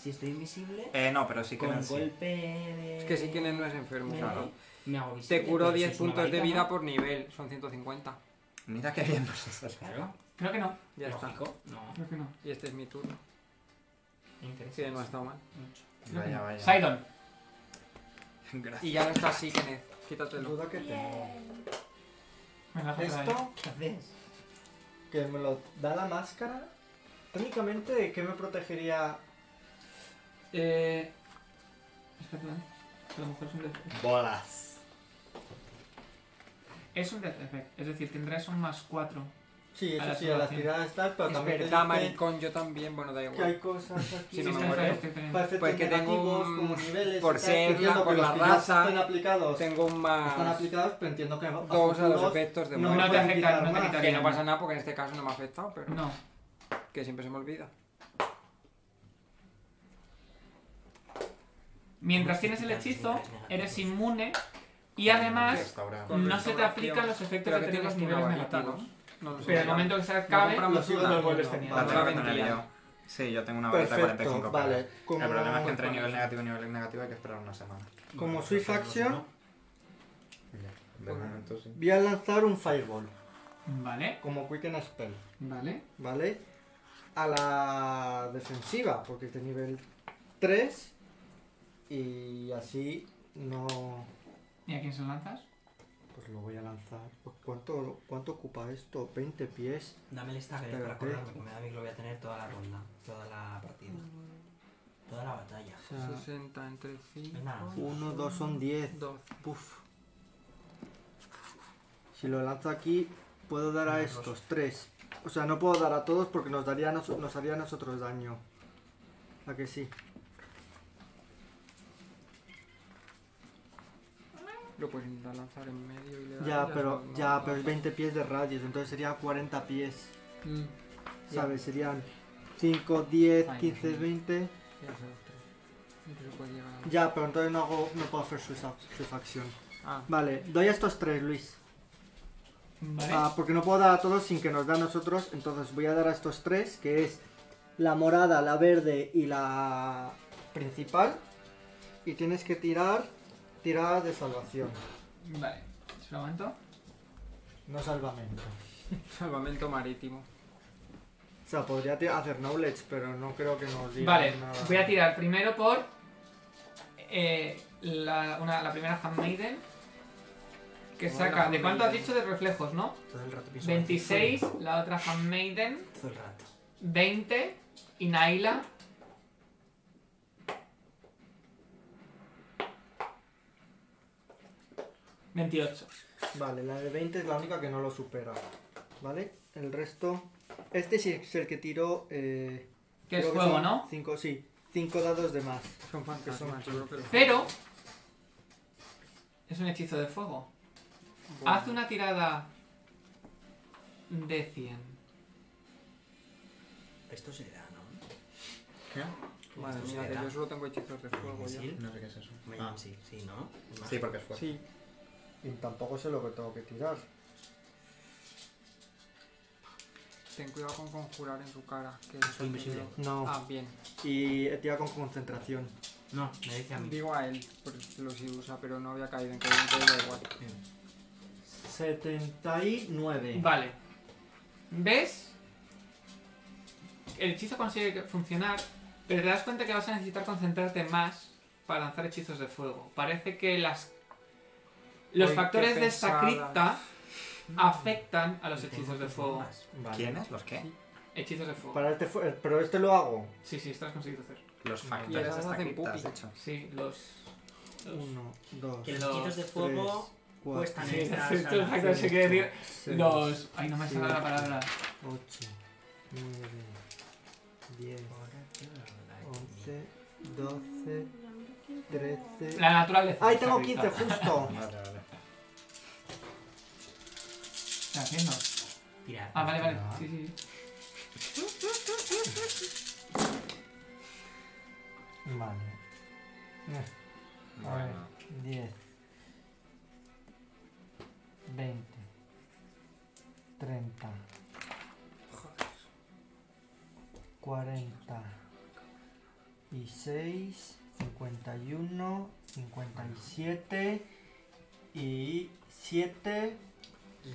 F: Si estoy invisible.
D: Eh, no, pero sí que
F: Con
D: en
F: un
D: sí.
F: golpe de.
E: Es que Sikeneth no es enfermo.
F: Me-
D: claro.
F: Me hago
E: Te
F: visible,
E: curo
F: pero
E: 10
F: si es una
E: puntos de
F: varita,
E: vida
F: ¿no?
E: por nivel, son 150.
D: Mira qué bien nos ha salido.
F: Pues Claro,
C: Creo que no.
E: Ya está.
F: lógico. No,
C: Creo que no.
E: Y este es mi turno.
F: me interesa.
E: Sí, no ha estado mal.
F: mucho.
C: Creo que
D: Vaya,
C: no.
D: vaya.
C: Sidon.
D: Gracias.
E: Y ya no está Sikeneth, quítatelo.
B: Duda que tengo.
C: Me la dejas otra vez.
B: Esto,
F: ¿Qué haces?
B: que me lo da la máscara. Técnicamente, ¿de qué me protegería?
C: Eh. Espera, espera. a lo mejor es un death
D: Bolas.
C: Es un death effect, es decir, tendrás un más 4.
B: Sí,
C: A
B: eso
C: la
B: sí, a las
C: salvación.
B: tiradas tal, pero
E: Es
B: también. te
E: verdad,
B: dice
E: maricón, yo también, bueno, da
B: Que hay
E: igual.
B: cosas aquí.
E: Si no me muero.
B: Para efectos
E: Pues que tengo
B: negativos,
E: un-
B: como niveles.
E: por
B: y tal,
E: ser
B: que entiendo
E: la-
B: que
E: por
B: los
E: la
B: que ya
E: raza,
B: Están aplicados.
E: Tengo un
B: Están
E: más...
B: aplicados, pero entiendo que. a
E: Dos a los
B: futuros
E: efectos de
B: No, me
E: muerte.
C: No te
B: pueden
C: afectan,
B: quitar
C: no te
B: más.
C: quitan.
E: Que no pasa nada porque en este caso no me ha afectado, pero
C: No,
E: que siempre se me olvida.
C: mientras tienes el hechizo, eres inmune y además
D: Restaurado.
E: Con
C: no se te
E: restauración.
C: aplican los efectos
E: Pero
C: de
E: que
C: tener los
E: tienes tú una
C: niveles
E: varita,
C: negativos.
E: No lo sé.
C: Pero en el momento que se acabe,
E: compramos
C: los
E: una,
C: los vuelves
B: no,
C: teniendo.
D: La
E: no
D: tengo
E: la
D: que tener
E: vendía.
D: yo. Sí, yo tengo una varita de
B: Perfecto,
D: 45 palos.
B: vale. Como,
D: El problema es que entre
E: Como-
D: nivel negativo y nivel negativo hay que esperar una semana.
B: como Swift Action,
D: De momento sí.
B: voy a lanzar un Fireball.
C: Vale,
B: Como Quicken Spell,
C: vale.
B: ¿vale? A la defensiva, porque es de nivel 3. Y así no.
C: ¿Y a quién se lo lanzas?
B: Pues lo voy a lanzar. Pues, ¿Cuánto, cuánto ocupa esto? 20 pies.
F: Dame el stagger para
B: Espérate.
F: acordarme, que me da a mí que lo voy a tener toda la ronda, toda la partida, toda la batalla.
B: O sea,
E: 60 entre 5.
F: Nada.
B: 1, 2 son 10.
E: 12.
B: Puf. Si lo lanzo aquí, puedo dar a estos tres. O sea, no puedo dar a todos porque nos, daría a nos, nos haría a nosotros daño. ¿A que sí?
E: Lo puedes intentar lanzar en medio y le das.
B: Ya, pero
E: no-
B: ya,
E: no-
B: pero es 20 pies de radios, entonces sería 40 pies.
E: Mm,
B: ¿Sabes? Serían 5, 10,
C: Ay,
B: 15,
C: no.
B: 20.
E: ya sé, otro. Incluso puedes llegar a-
B: Ya, pero entonces no, hago, no puedo hacer su, su facción.
E: Ah,
B: Vale, doy a estos tres, Luis.
C: Vale.
B: Ah, porque no puedo dar a todos sin que nos da a nosotros, entonces voy a dar a estos tres, que es la morada, la verde y la principal. Y tienes que tirar tiradas de salvación,
C: Vale. Se lo aguanto.
B: no salvamento.
E: salvamento marítimo.
B: O sea, podría ti- hacer knowledge, pero no creo que nos diga
C: Vale,
B: nada.
C: voy a tirar primero por eh, la, una- la primera Handmaiden. Que
E: Bueno,
C: saca. ¿De cuánto has dicho
E: Handmaiden.
C: de reflejos, no?
F: Todo el rato pienso en
C: 26, la otra Handmaiden.
F: eso, Todo el rato.
C: 20 y Naila. 28.
B: Vale, la de 20 es la única que no lo supera. ¿Vale? El resto. Este sí es el que tiró. Eh,
C: Que es fuego, ¿no?
B: 5, sí. 5 dados de más.
E: Son fantasmas, yo creo, pero-
C: Pero es un hechizo de fuego.
E: Bueno.
C: Haz una tirada de 100.
A: Esto se le da, ¿no?
D: ¿Qué?
E: Madre
A: Esto se
E: mía,
A: le da.
E: que yo solo tengo hechizos de fuego ya.
A: ¿Sí?
D: No sé qué es eso.
A: Me-
D: Ah,
A: Sí, sí, ¿no?
D: sí, porque es fuerte.
E: Sí,
B: Y tampoco sé lo que tengo que tirar.
E: ten cuidado con conjurar en su cara. Que
F: Soy invisible.
B: No.
E: Ah, bien.
B: Y he tirado con concentración.
F: No, me dice a mí.
E: Digo a él, porque lo sí usa, pero no había caído en que entonces da igual.
B: 79.
C: Vale. ¿Ves? El hechizo consigue que- funcionar, pero te das cuenta que vas a necesitar concentrarte más para lanzar hechizos de fuego. Parece que las los
E: Uy, qué
C: factores de esta
E: pesadas.
C: cripta afectan a los
F: Y tengo
C: hechizos de
F: otras
C: fuego.
F: bombas.
A: Vale.
D: ¿Quiénes? ¿Los qué?
E: Sí.
C: Hechizos de fuego.
B: Para este fu- eh, pero este lo hago.
C: Sí, sí, esto lo has conseguido hacer.
D: Los
E: Y ahora
D: factores de
E: se
D: esta
E: hacen
D: cripta, has
E: pupi.
D: hecho.
C: Sí, los... los-
B: 1, 2,
F: Que los
C: Dos,
F: hechizos de fuego cuestan en esta
C: Sí, esto es
F: sala.
C: exacto, se quiere decir los... Ay, no me sale la palabra.
B: 8, 9, 10,
F: Ahora, tío, la verdad es que
B: 11, 12, 13.
C: La naturaleza.
B: ¡Ay,
C: está
B: tengo
C: gritada.
B: 15 justo!
D: Vale, vale.
C: ¿Qué está haciendo?
F: Tirar.
C: Ah, vale, vale. Sí, sí. sí.
B: Vale.
D: Bueno.
B: 10, 20, 30, 40 y 6, 51, 57 y 7,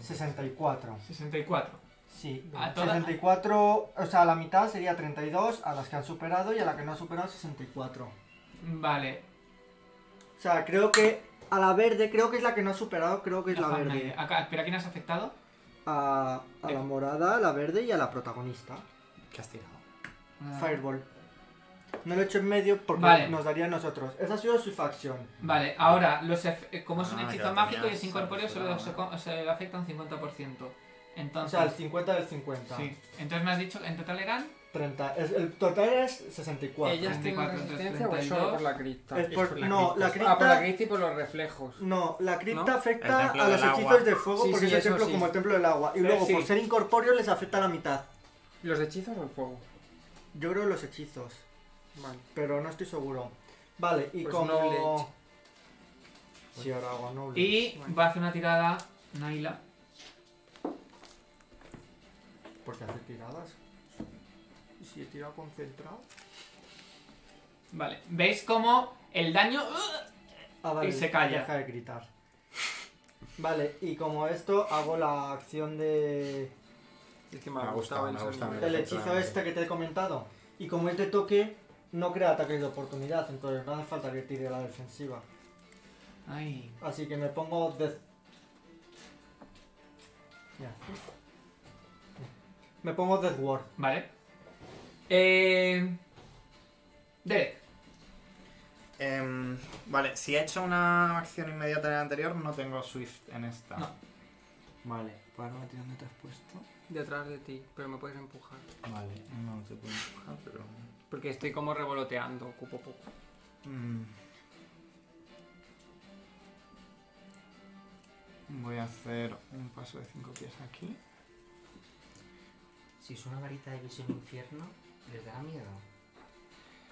B: 64.
C: 64.
B: Sí,
C: ¿A todas?
B: 64, o sea, la mitad sería 32 a las que han superado y a la que no ha superado 64.
C: Vale.
B: O sea, creo que a la verde, creo que es la que no ha superado, creo que es la
C: Ajá, ah,
B: verde.
C: nadie. eh, Acá, espera, ¿quién has afectado?
B: a, a la morada, a la verde y a la protagonista.
D: ¿Qué has tirado?
C: Ah,
B: Fireball. No lo he hecho en medio porque
C: Vale.
B: nos daría a nosotros. Esa ha sido su facción.
C: Vale, ahora, los efe- eh, como es un
D: Ah, que
C: hechizo
D: lo
C: mágico y
D: tenías,
C: es incorpóreo,
D: sabes,
C: solo
D: claro,
C: se,
D: ¿no?
C: co- se afecta un 50%.
B: O
C: Entonces,
B: sea, el 50 del 50.
C: sí. Entonces me has dicho que en total eran
B: 30. Es- el total es 64.
E: ¿Ellas tienen
C: 34,
E: resistencia o es solo por la cripta?
B: Es por-
D: por la
B: no,
D: cripta.
B: la cripta.
E: Ah, por la cripta y por los reflejos.
B: No, la cripta
E: ¿No?
D: El
B: afecta
D: templo
B: a los
D: del
B: hechizos
D: agua.
B: de fuego
E: Sí,
B: porque es
E: sí,
B: el
E: eso
B: templo
E: sí.
B: como el templo del agua. Y
C: Eh,
B: luego,
C: sí.
B: por ser incorpóreos, les afecta la mitad.
E: ¿Los hechizos o el fuego?
B: Yo creo los hechizos,
E: Vale.
B: pero no estoy seguro. Vale, y
E: Pues no le he
B: como.
E: hecho.
B: Sí, ahora hago noble.
C: y
E: Bueno.
C: va a hacer una tirada Naila.
B: Porque hace tiradas. ¿Y si he tirado concentrado?
C: Vale, ¿veis cómo el daño... ¡Ugh!
B: Ah, vale,
C: Y se calla.
B: Deja de gritar. Vale, y como esto hago la acción de...
E: Es que me
D: Me
E: ha
D: ha gustado,
E: gustado el
D: me ha gustado, me
E: sonido.
D: ha
B: El hechizo
D: Efectivamente.
B: este que te he comentado. Y como es de toque, no crea ataques de oportunidad, entonces no hace falta que tire la defensiva.
C: Ay,
B: Así que me pongo de... Ya. Me pongo Death Ward.
C: Vale. Eh... Derek.
D: Em, vale, si he hecho una acción inmediata en el anterior, no tengo Swift en esta.
C: No.
D: Vale, ¿cuál tira dónde te has puesto?
E: Detrás de ti, pero me puedes empujar.
D: Vale, no te puedo empujar, Ah, pero.
E: Porque estoy como revoloteando, cupo poco.
D: Mm. Voy a hacer un paso de 5 pies aquí.
F: Si es una varita de visión infierno, les da miedo.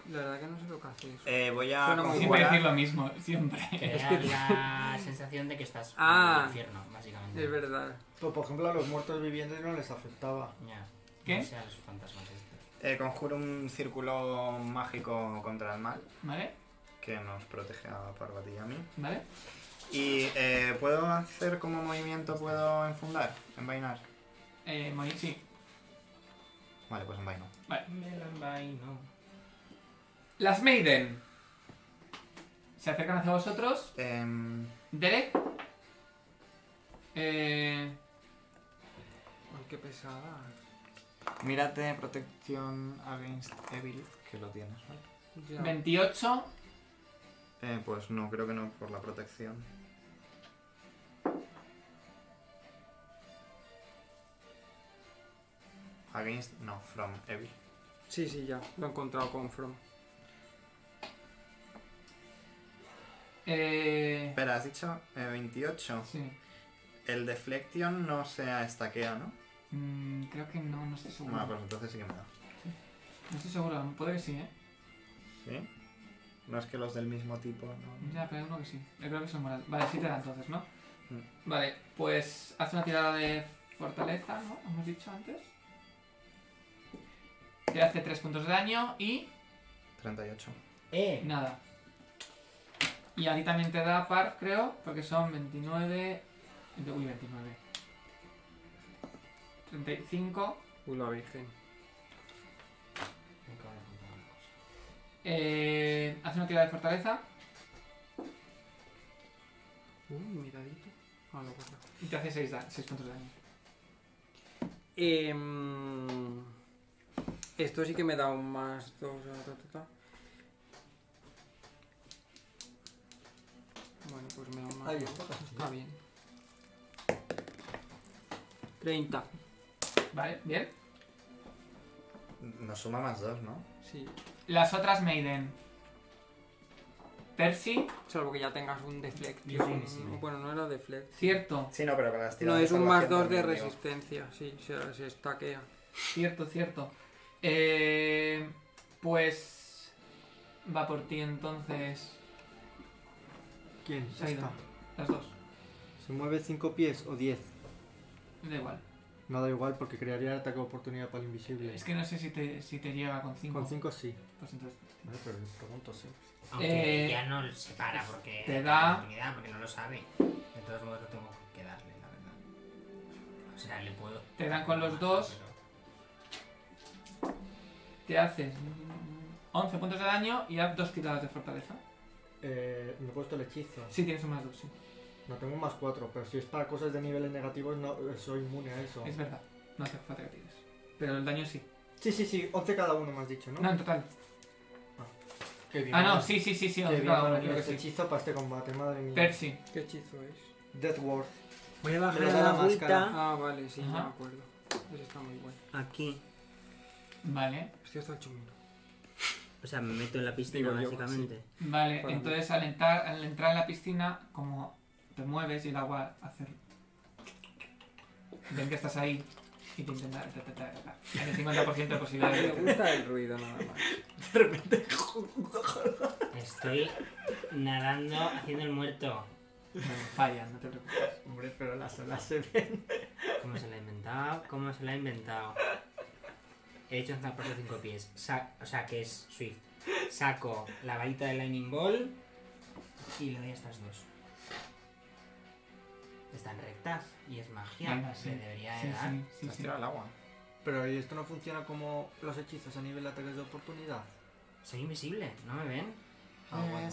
E: La verdad que no sé lo que hace eso.
D: Eh, voy a.
E: Suena
D: conjurar-
E: muy
C: Siempre decir lo mismo, siempre.
F: Que te da la sensación de que estás
E: Ah.
F: en el infierno, básicamente.
E: Es verdad.
B: Pero, por ejemplo, a los muertos vivientes no les afectaba.
F: Ya.
C: ¿Qué?
F: No sean los fantasmas estos.
D: eh, conjuro un círculo mágico contra el mal
C: ¿Vale?
D: que nos protege a Parvati y a mí.
C: ¿Vale?
D: Y eh, puedo hacer como movimiento, puedo enfundar, envainar.
C: Eh, morir, sí.
D: Vale, pues envaino.
C: Vale.
F: Me la envaino.
C: Las Maiden. Se acercan hacia vosotros.
D: Em,
C: Derek. Eh,
E: Ay, qué pesada.
D: mírate Protection Against Evil, que lo tienes, ¿vale?
E: Ya.
C: 28.
D: Eh, pues no, creo que no por la protección. Against. No, from Evil.
E: Sí, sí, ya. Lo he encontrado con From.
C: Eh,
D: Espera, has dicho eh, 28.
C: sí.
D: El Deflection no se estaquea, ¿no?
C: Mm, creo que no, no estoy seguro.
D: Bueno, pues entonces sí que me da.
C: No estoy seguro, puede que sí, ¿eh?
D: ¿Sí? No es que los del mismo tipo, ¿no?
C: Ya, pero hay uno que sí. Yo creo que son moral. Vale, sí te da entonces, ¿no?
D: Mm.
C: Vale, pues haz una tirada de fortaleza, ¿no? Hemos dicho antes. Te hace 3 puntos de daño y
D: 38.
A: Eh,
C: nada. Y a ti también te da par, creo, porque son 29... veinte- Uy, 29. 35.
E: Uy, la virgen.
C: Eh, haz una tirada de fortaleza
E: Uy, miradito. Ah, lo guardo.
C: y te hace 6, puntos de daño.
E: Em, esto sí que me da un más dos. ah, ta, ta, ta. Bueno, pues me da un más
B: Ahí
E: dos.
B: está.
E: Está bien. 30.
C: Vale, bien.
D: Nos suma más dos, ¿no?
E: Sí.
C: Las otras Maiden. Percy,
E: Salvo que ya tengas un deflect.
F: Yo sí, sí.
E: Bueno, no era deflect.
C: cierto,
D: Sí, no, pero para las
E: No,
D: tiradas.
E: es un más 2 de
D: salvación
E: resistencia. Sí, se, se estaquea.
C: cierto, cierto. Eh, pues va por ti entonces
B: ¿Quién?
C: Se ha ido.
B: Esta.
C: las dos.
B: ¿Se mueve 5 pies o 10?
C: Da igual.
B: No da igual porque crearía el ataque de oportunidad para el invisible.
C: Es que no sé si te, si te llega con 5.
B: Con 5 sí.
C: Pues entonces,
B: Vale, pero le pregunto sí.
F: Aunque
C: Eh,
F: ya no se para porque
C: te
F: hay
C: da-
F: oportunidad, porque no lo sabe. De todos modos no tengo que darle, la verdad. O sea, le puedo.
C: Te dan con los dos. te haces mm, 11 puntos de daño y haz dos tiradas de fortaleza.
B: Eh, me he puesto el hechizo.
C: Sí, tienes un más dos, sí.
B: No tengo un más 4, pero si es para cosas de niveles negativos, no eh, soy inmune a eso.
C: Es verdad. No hace falta que tires. Pero el daño sí.
B: Sí, sí, sí, 11 cada uno me has dicho, ¿no?
C: Ah, No, en total.
B: Qué bien,
C: Ah, no,
B: madre-
C: sí, sí, sí, sí.
B: Qué
C: once
B: bien,
C: cada uno,
B: madre
C: creo
B: mía,
C: que
B: este
C: sí.
B: hechizo para este combate, madre mía.
C: Percy.
E: ¿Qué hechizo es?
B: Death Ward.
E: Voy a
B: Le da la máscara.
E: Ah, vale, sí, ya
C: Ajá.
E: me acuerdo. Eso está muy bueno.
F: Aquí.
C: Vale.
E: Hostia, está el chumino.
F: O sea, me meto en la
E: piscina, Digo yo, básicamente.
C: Vale,
E: Para mí.
C: entonces al entrar, al entrar en la piscina, como te mueves y el agua hace... Ven que estás ahí y te intenta... ta, ta, ta, ta, ta. Hay un 50% de posibilidades
E: Me
C: de que
E: gusta el ruido nada más.
F: Estoy nadando, haciendo el muerto.
C: bueno, fallan, no te preocupes.
B: Hombre, pero las olas se ven.
F: ¿Cómo se la ha inventado? ¿Cómo se la ha inventado? He hecho un zarpazo de cinco pies. Sa- o sea, que es Swift. Saco la varita de Lightning Ball y le doy a estas dos. Están rectas y es magia.
C: Venga,
F: se
C: sí.
F: debería de
C: Sí,
F: dar.
C: sí, sí,
D: Has
C: sí.
D: tirado al agua.
B: Pero ¿y esto no funciona como los hechizos a nivel de ataques de oportunidad?
F: Soy invisible, ¿no me ven?
D: Ah, bueno.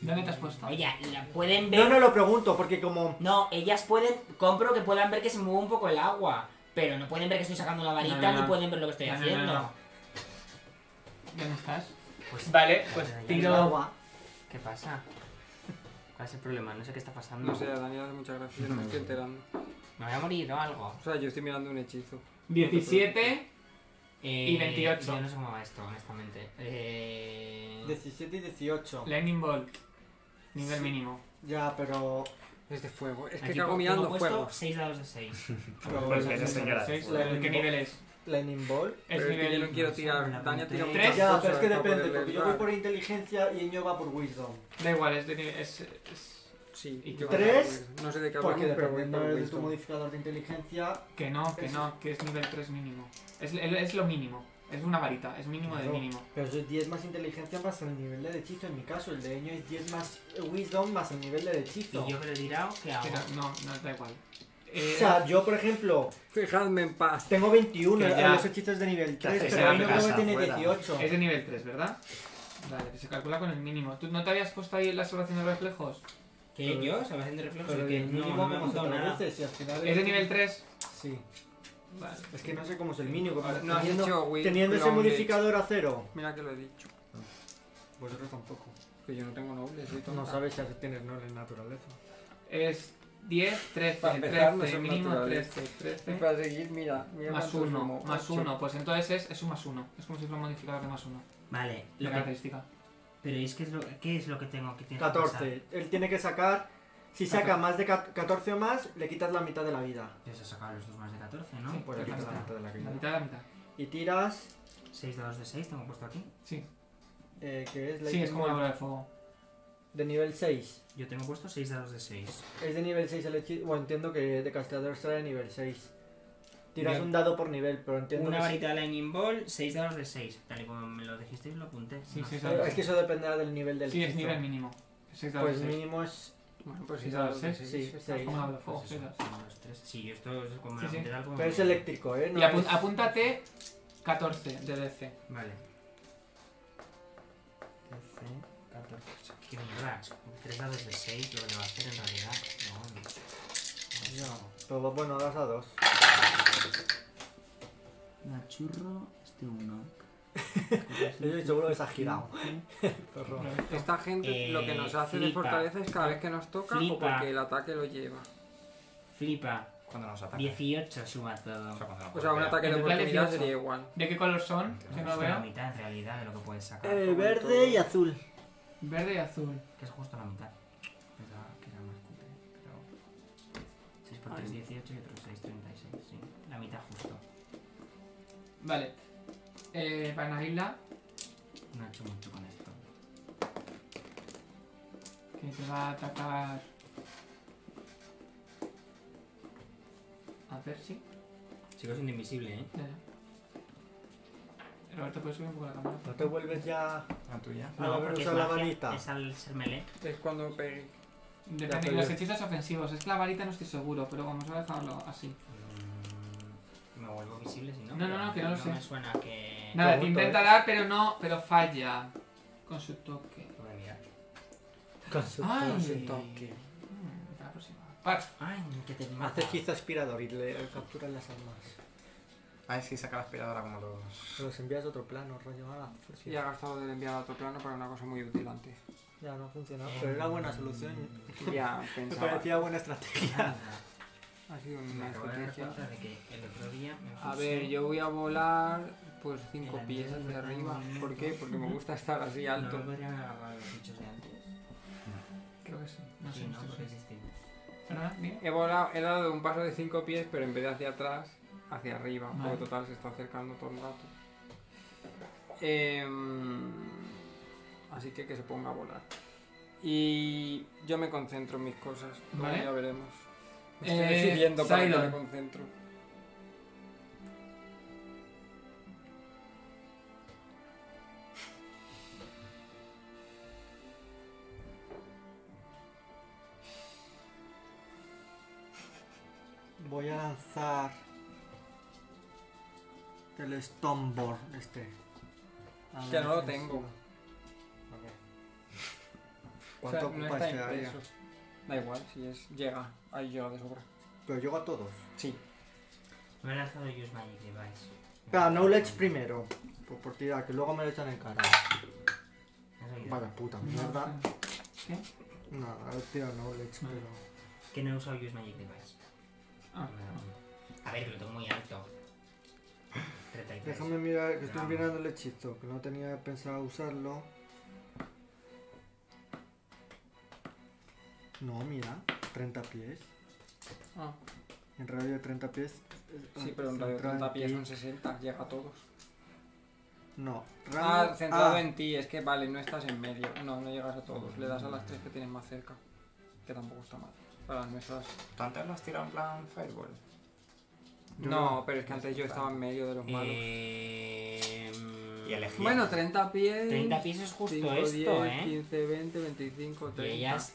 C: ¿Dónde te has puesto?
F: Oye, la pueden ver.
B: No, no lo pregunto, porque como...
F: No, ellas pueden, compro que puedan ver que se mueve un poco el agua, pero no pueden ver que estoy sacando la varita,
C: No, no, no.
F: ni pueden ver lo que estoy
C: No, no, no,
F: haciendo.
C: no. ¿Dónde estás?
F: Pues,
C: Vale,
F: Ya, ya,
C: pues
B: El
C: tiro...
B: agua.
F: ¿Qué pasa? ¿Cuál es el problema? No sé qué está pasando.
E: No sé, a Daniel hace muchas gracias, no me estoy enterando.
F: ¿Me voy a morir o algo?
E: O sea, yo estoy mirando un hechizo.
C: 17.
F: Eh,
C: Y 28.
F: Yo no sé cómo va esto, honestamente. Eh...
B: 17 y 18.
C: Lightning Ball. Nivel mínimo.
B: Ya, pero...
E: Es de fuego. Es que
F: aquí
E: cago
F: po-
E: mirando
F: tengo puesto
E: fuego.
F: 6 dados de 6.
B: pero
D: Pues
B: la-
D: que eres señora.
C: ¿Seis?
B: Lightning
C: ¿Qué
B: Ball.
C: nivel es?
B: Lightning Ball.
E: Pero es que yo no
C: nivel...
E: quiero
F: no,
E: tirar. Dania tira
C: tres.
E: muchas
B: Ya, pero es
E: cosas
B: que
E: para
B: depende,
E: poderle
B: porque yo
E: dar.
B: voy por inteligencia y Ño va por wisdom.
C: Da igual, es de nivel... es- es...
E: Sí,
C: ¿Y
E: yo
B: tres?
E: voy por- No sé de qué hablamos,
B: Porque
E: pero voy
B: dependiendo
E: por
B: de tu
E: wisdom.
B: modificador de inteligencia,
C: Que no, que
B: Eso.
C: no, que es nivel 3 mínimo. Es, es lo mínimo. Es una varita, es mínimo de
B: Claro.
C: mínimo.
B: Pero eso es 10 más inteligencia más el nivel de hechizo. En mi caso, el de Eño es 10 más wisdom más el nivel de hechizo.
F: Y yo que lo he tirado, ¿qué hago?
C: Pero no, no, da igual. Eh,
B: O sea, yo, por ejemplo,
E: Fijadme en paz.
B: tengo 21
C: Que
B: a
C: ya.
B: los hechizos de nivel 3,
D: haces
B: pero
D: en
B: Eño
D: la
B: creo que
D: casa,
B: tiene
D: fuera?
B: 18.
C: es de nivel 3, ¿verdad? Vale, se calcula con el mínimo. ¿Tú no te habías puesto ahí la salvación de reflejos?
F: ¿Qué yo? ¿Salvación de reflejos?
B: Pero
F: que
B: el
F: no,
B: mínimo
F: no me ha
B: como se
F: apuntado nada.
B: traduce, si al final...
C: ¿Es de nivel 3?
B: Sí.
C: Vale.
B: Es que no sé cómo es el mínimo.
E: Ahora,
B: porque
E: no has
B: teniendo,
E: hecho wi-
B: teniendo ese
E: long
B: modificador a cero.
E: Mira que lo he dicho.
B: Vosotros tampoco.
C: Ah.
E: Que yo no tengo nobles, soy tonta.
B: No sabéis si tienes no en naturaleza.
C: Es 10, 13,
E: Para empezar,
C: 13,
E: no son
C: mínimo
E: naturales.
C: 13,
E: Y
C: 13.
E: para seguir, mira, mira
C: Eh. Más
E: cuánto
C: 1,
E: sumo,
C: más
E: ocho.
C: 1, pues entonces es, es un más 1. Es como si fuera un modificador de más 1.
F: Vale,
C: La
F: lo que-
C: característica.
F: pero es que es lo, ¿qué es lo que tengo que tiene que pasar?
B: 14. Él tiene que sacar. Si saca
C: Saca.
B: más de ca- 14 o más, le quitas la mitad de la vida.
F: Ya se ha sacado los dos más de 14, ¿no?
C: Sí.
B: Pues le
C: La
B: quitas la
C: mitad.
B: mitad de la
C: La
B: vida.
C: mitad de la mitad.
B: Y tiras.
F: 6 dados de 6 tengo puesto aquí.
C: Sí,
B: eh, que es,
C: sí, es
B: Lightning
C: como la
B: Bolt
C: bola de fuego.
B: De nivel 6.
F: Yo tengo puesto 6 dados de 6.
B: Es de nivel 6 el hechizo. Bueno, entiendo que de casteador será de nivel 6. Tiras
C: Bien.
B: un dado por nivel, pero entiendo
F: Una
B: que.
F: varita de Lightning Ball, 6 dados de 6. Tal y como me lo dijisteis, lo apunté.
C: Sí,
F: No
C: sí,
F: sé.
B: sí. Eh, Es que eso dependerá del nivel del
C: Sí, es
B: hechizo.
C: nivel mínimo. 6 dados
B: Pues
C: 6.
B: mínimo es.
E: Bueno, pues
C: Sí,
E: sí,
C: dados, ¿eh?
B: Sí, seis.
C: Como la bola de fuego,
F: Pues
C: seis
F: eso,
C: dados.
F: uno, dos, tres. Sí, yo esto es como
C: Sí, sí.
F: apunté tal como-
B: Pero es eléctrico, ¿eh? No
C: Y apu-
B: es-
C: apúntate 14 de DC.
F: Vale. 13, 14. Qué mierda. 3 dados de 6 lo que le va a hacer en realidad. No, no.
B: No, pero bueno, das a dos.
F: La churro, este uno.
B: Yo seguro que se ha girado. Zorro.
E: Esta gente
F: Eh,
E: lo que nos hace de
F: flipa.
E: fortaleza es cada vez que nos toca o
F: Flipa.
E: porque el ataque lo lleva.
F: Flipa.
D: Cuando nos ataca.
F: 18 suma
D: O
F: todo.
D: sea, cuando nos
E: O sea, un
D: golpea.
E: ataque de
C: En total,
E: oportunidad
C: 18.
E: sería igual.
C: ¿De qué color son?
B: Pues
C: Que no
F: es
B: este.
C: lo
F: la
C: veo.
F: mitad en realidad de lo que puedes sacar.
B: Eh, verde y azul.
C: Verde y azul.
F: Que es justo la mitad. Pensaba que era más cutre, pero... 6 por 3, 18 y otro 6, 36. Sí, la mitad justo.
C: Vale. Eh, Vanahila,
F: No he hecho mucho con esto.
C: que te va a atacar. A ver si.
F: Sigo siendo invisible, ¿eh?
C: Ya, ya. Roberto, puedes subir un poco la cámara.
B: No te vuelves ya.
D: La tuya.
B: No, pero usa la
F: magia,
B: varita.
F: es al ser melee.
E: Es cuando
B: Ya,
E: pegue.
C: Depende
B: pero
C: de los
B: yo-
C: hechizos ofensivos. Es que la varita no estoy seguro, pero vamos a dejarlo así.
F: Mm, Me vuelvo visible si no.
C: No, no,
F: pero
C: no, que no lo sé.
F: me suena que...
C: Nada, te
B: Pregunto,
C: intenta
B: ¿eh?
C: dar, pero no, pero falla. Con su toque.
F: Lo voy a mirar.
B: Con su-
C: Ay.
B: con su-
C: Mm, Para la próxima. Par.
F: Ay, que te mata.
B: Hace hechizo aspirador y le capturan las almas.
D: A ver si saca la aspiradora como los.
B: Los envías a otro plano, rollo. Ah, por si-
E: Y ha gastado del enviado a otro plano para una cosa muy útil antes.
B: Ya no ha funcionado. Pero era buena solución.
E: Ya
B: Me
E: pensaba.
B: parecía buena estrategia.
F: Nada.
E: Ha sido
F: Me
E: una
F: acabo de dar
E: estrategia.
F: cuenta de que el otro día me
E: A
F: puse-
E: ver, yo voy a volar pues 5
F: El
E: pies
F: anillo
E: hacia
F: de
E: arriba.
F: movimiento.
E: ¿Por qué? Porque me gusta estar así
F: ¿No
E: alto.
F: me podrían agarrar los bichos de antes?
C: Creo que sí. No
F: Sí,
C: sé,
F: no,
C: no
F: porque
C: sé.
F: es distinto.
C: ¿Verdad? Mira.
E: He volado, he dado un paso de 5 pies, pero en vez de hacia atrás, hacia arriba.
C: Vale.
E: Porque total se está acercando todo el rato. Em, así que que se ponga a volar. Y yo me concentro en mis cosas. luego
C: Vale.
E: Ya veremos. Me estoy
C: Eh,
E: decidiendo para que
C: Sidon.
E: me concentro.
B: Voy a lanzar. El Stoneboard este. A
E: Que
B: la
E: no lo
B: defensiva.
E: tengo.
B: A ver.
E: O sea,
B: ¿Cuánto
E: no
B: ocupa
E: está
B: este área?
E: impreso. Da igual, si es. Llega. Ahí llega de sobra.
B: Pero llego a todos.
E: Sí.
F: Me he lanzado Use Magic Device.
E: Ah,
B: Espera, Knowledge primero. Por, por tirar, que luego me lo echan en cara.
F: ¿Has oído?
B: Vaya puta mierda.
C: No,
B: No, ahora tiro Knowledge,
C: Vale.
B: pero.
F: Que no he usado Use Magic Device.
C: Ah.
F: A ver, que lo tengo muy alto. 33.
B: Déjame mirar, que estoy
F: Vamos.
B: mirando el hechizo, que no tenía pensado usarlo. No, mira, 30 pies.
E: Ah,
B: En radio de 30 pies. eh,
E: sí, pero en radio
B: centrado
E: 30 pies
B: ti.
E: son 60. Llega a todos.
B: No,
E: Ah,
B: radio-
E: centrado
B: ah,
E: en ti, es que vale, no estás en medio. No, no llegas a todos. Le das a las tres que tienes más cerca. Que tampoco está mal. Para las nuestras.
D: ¿Tú antes lo has tirado en plan Fireball?
B: Yo
E: No, pero es que antes yo estaba en medio de los malos.
F: Eh,
D: Y elegí.
E: Bueno, 30 pies.
F: 30 pies es justo
E: 5,
F: esto,
E: 10,
F: ¿eh?
E: 15, 20, 25, 30.
F: Y ellas.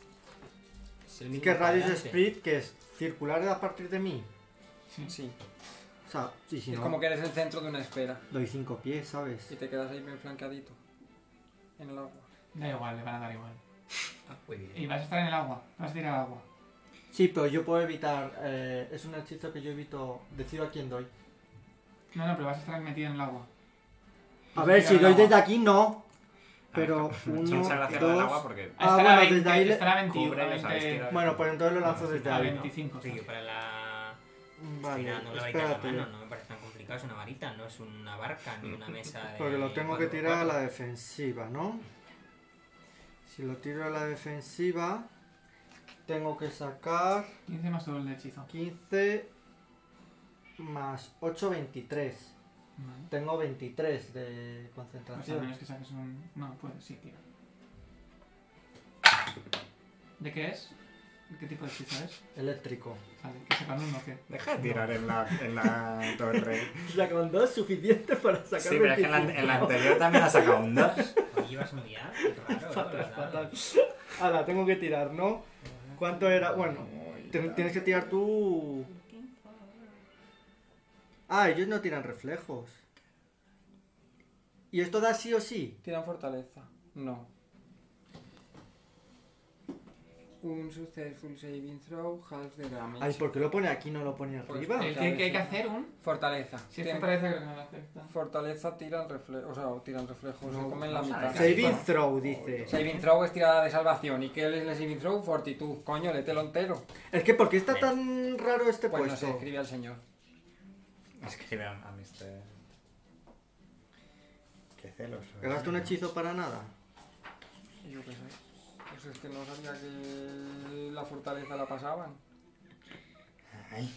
F: Es el mismo
B: ¿Qué radio es
F: cuadrante.
B: split? Que es circular a partir de mí.
E: Sí.
B: O sea, y si
E: es
B: no,
E: como que eres el centro de una esfera.
B: doy 5 pies, ¿sabes?
E: Y te quedas ahí bien flanqueadito. En el agua.
C: Da igual, le van a dar igual.
D: Ah, muy bien.
C: Y vas a estar en el agua, vas a tirar al agua.
B: Sí, pero yo puedo evitar. eh, es un hechizo que yo evito. Decido a quién doy.
C: No, no, pero vas a estar metido en el agua.
B: A
C: Sí,
B: ver, si
C: ahora
B: doy
C: no.
B: desde aquí, no. Pero uno,
D: Sin hacer del agua
B: dos...
D: porque.
B: Ah,
C: Estará
B: bueno,
C: a 20,
B: desde ahí le-
C: estará a 21,
D: Cobre,
C: a
D: los habéis
C: 20,
D: tirado.
B: Bueno, pues entonces lo lanzo
D: No,
B: desde
C: a
B: ahí. ¿no?
C: 25.
F: Sí, yo para la. Estoy
B: Vale,
F: tirando una varita a la
B: espérate.
F: mano, no me parece tan complicado. Es una varita, no es una barca ni una mesa de.
D: Eh,
B: Porque lo tengo que
F: cuatro por
B: tirar a la
F: cuatro.
B: defensiva, ¿no? Si lo tiro a la defensiva, tengo que sacar
C: 15 más todo el de hechizo.
B: 15 más 8, 23.
C: Vale.
B: Tengo 23 de
C: Pues a
B: concentración.
C: menos que saques un. No, puedes, sí, tira. ¿De qué es? ¿De qué tipo de hechizo es?
B: Eléctrico.
C: Vale, que sacan uno o qué.
D: Deja de tirar en la, en la torre.
B: La con 2 suficiente para sacar
D: Sí, pero es que en la, en la anterior también ha sacado un 2.
F: Hoy llevas un día raro, ¿eh?
B: Fatal,
F: Con los
B: fatal.
F: dados.
B: Ahora, tengo que tirar, ¿no? ¿Cuánto era? Bueno, ten- tienes que tirar tú. Ah, ellos no tiran reflejos. ¿Y esto da sí o sí?
E: ¿Tiran fortaleza? No. Un successful saving throw, half the damage.
B: Ay, ¿por qué lo pone aquí y no lo pone arriba?
C: El que, que hay que hacer un.
E: Fortaleza.
C: Si es
E: Tienen-
C: fortaleza, creo que no lo acepta.
E: Fortaleza tiran reflejo, o sea, tiran reflejo, se comen la mitad.
B: Saving throw, dice.
E: Saving throw es tirada de salvación. ¿Y qué es la saving throw? Fortitud. Coño, lételo entero.
B: Es que, ¿por qué está tan raro este
E: Pues no se
B: puesto?
E: escribe al señor.
D: Escribe a a Mr. Qué celoso. eh.
B: ¿Que gasto un hechizo para nada?
E: Y yo qué sé. Pues es que no sabía que la fortaleza la pasaban.
D: Ay.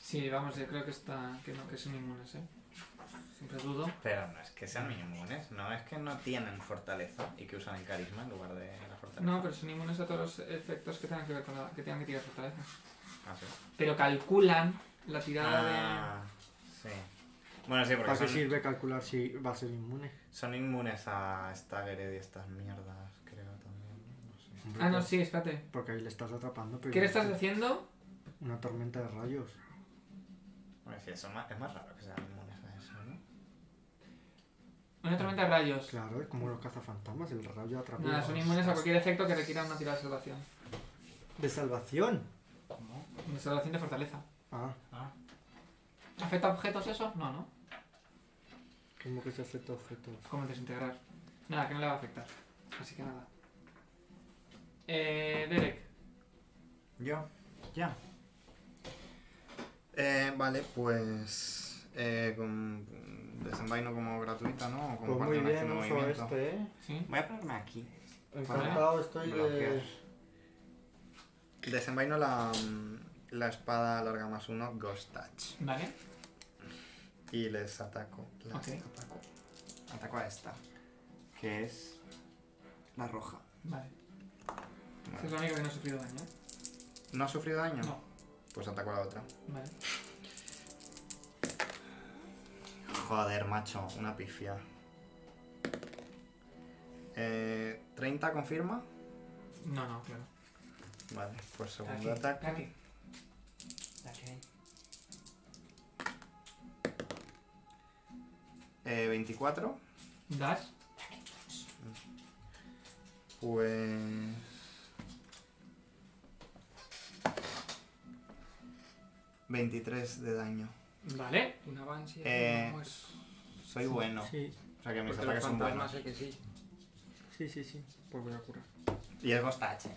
C: Sí, vamos, yo creo que está. que no, que son inmunes, eh. Siempre dudo.
D: Pero no es que sean inmunes, no es que no tienen fortaleza y que usan el carisma en lugar de la fortaleza.
C: No, pero son inmunes a todos los efectos que tengan que ver con la. que tengan que tirar fortaleza.
D: Ah, sí.
C: Pero calculan la tirada de.
D: Ah, sí. Bueno, sí, porque
B: ¿Para qué
D: son,
B: sirve calcular si va a ser inmune?
D: son inmunes a Staggered y estas mierdas, creo también. No sé.
C: Ah, no, sí, espérate.
B: Porque ahí le estás atrapando. pero
C: ¿Qué le
B: yo no
C: estás
B: sé.
C: haciendo?
B: Una tormenta de rayos.
D: Bueno, sí, eso es más, es más raro que sean inmunes a eso, ¿no?
C: Una tormenta de rayos.
B: Claro, es como los cazafantasmas, el rayo atrapa.
C: Nada, son inmunes a cualquier efecto que requiera una tirada de salvación.
B: De salvación.
C: Una salvación de fortaleza.
B: Ah,
C: ¿Afecta a objetos eso? No, ¿no?
B: como que se afecta a objetos.
C: Es como el desintegrar. Nada, que no le va a afectar. Así que nada. Eh, Derek.
D: Yo, ya. Eh, vale, pues. Eh, con desenvaino como gratuita, ¿no? O como
B: Pues
D: parte
B: muy
D: de una acción
B: bien,
D: de
B: uso
D: movimiento.
B: este, ¿eh?
C: Sí.
D: Voy a ponerme aquí.
B: Encantado estoy de...
D: Bloquear. Desenvaino la, mm, la espada larga más uno, Ghost Touch.
C: Vale.
D: Y les ataco. Las
C: Ok.
D: ataco. Ataco a esta. Que es. La roja.
C: Vale.
D: Vale.
C: Eso es lo único que no ha sufrido daño. ¿eh?
D: ¿No ha sufrido daño?
C: No.
D: Pues ataco a la otra.
C: Vale.
D: Joder, macho, una pifia. Eh, 30 confirma.
C: No, no, claro.
D: Vale, pues
C: Aquí.
D: segundo ataque.
C: Aquí.
D: Eh, 24.
C: Das.
D: Pues. ¿23 de daño?
C: Vale.
E: Un avance.
D: Eh,
E: no, pues,
D: Soy bueno.
B: Sí,
D: O sea que mis
E: porque los
D: ataques son buenos.
E: fantasmas sé que sí.
B: sí, sí, sí.
E: Pues voy a curar.
D: Y es Gostache.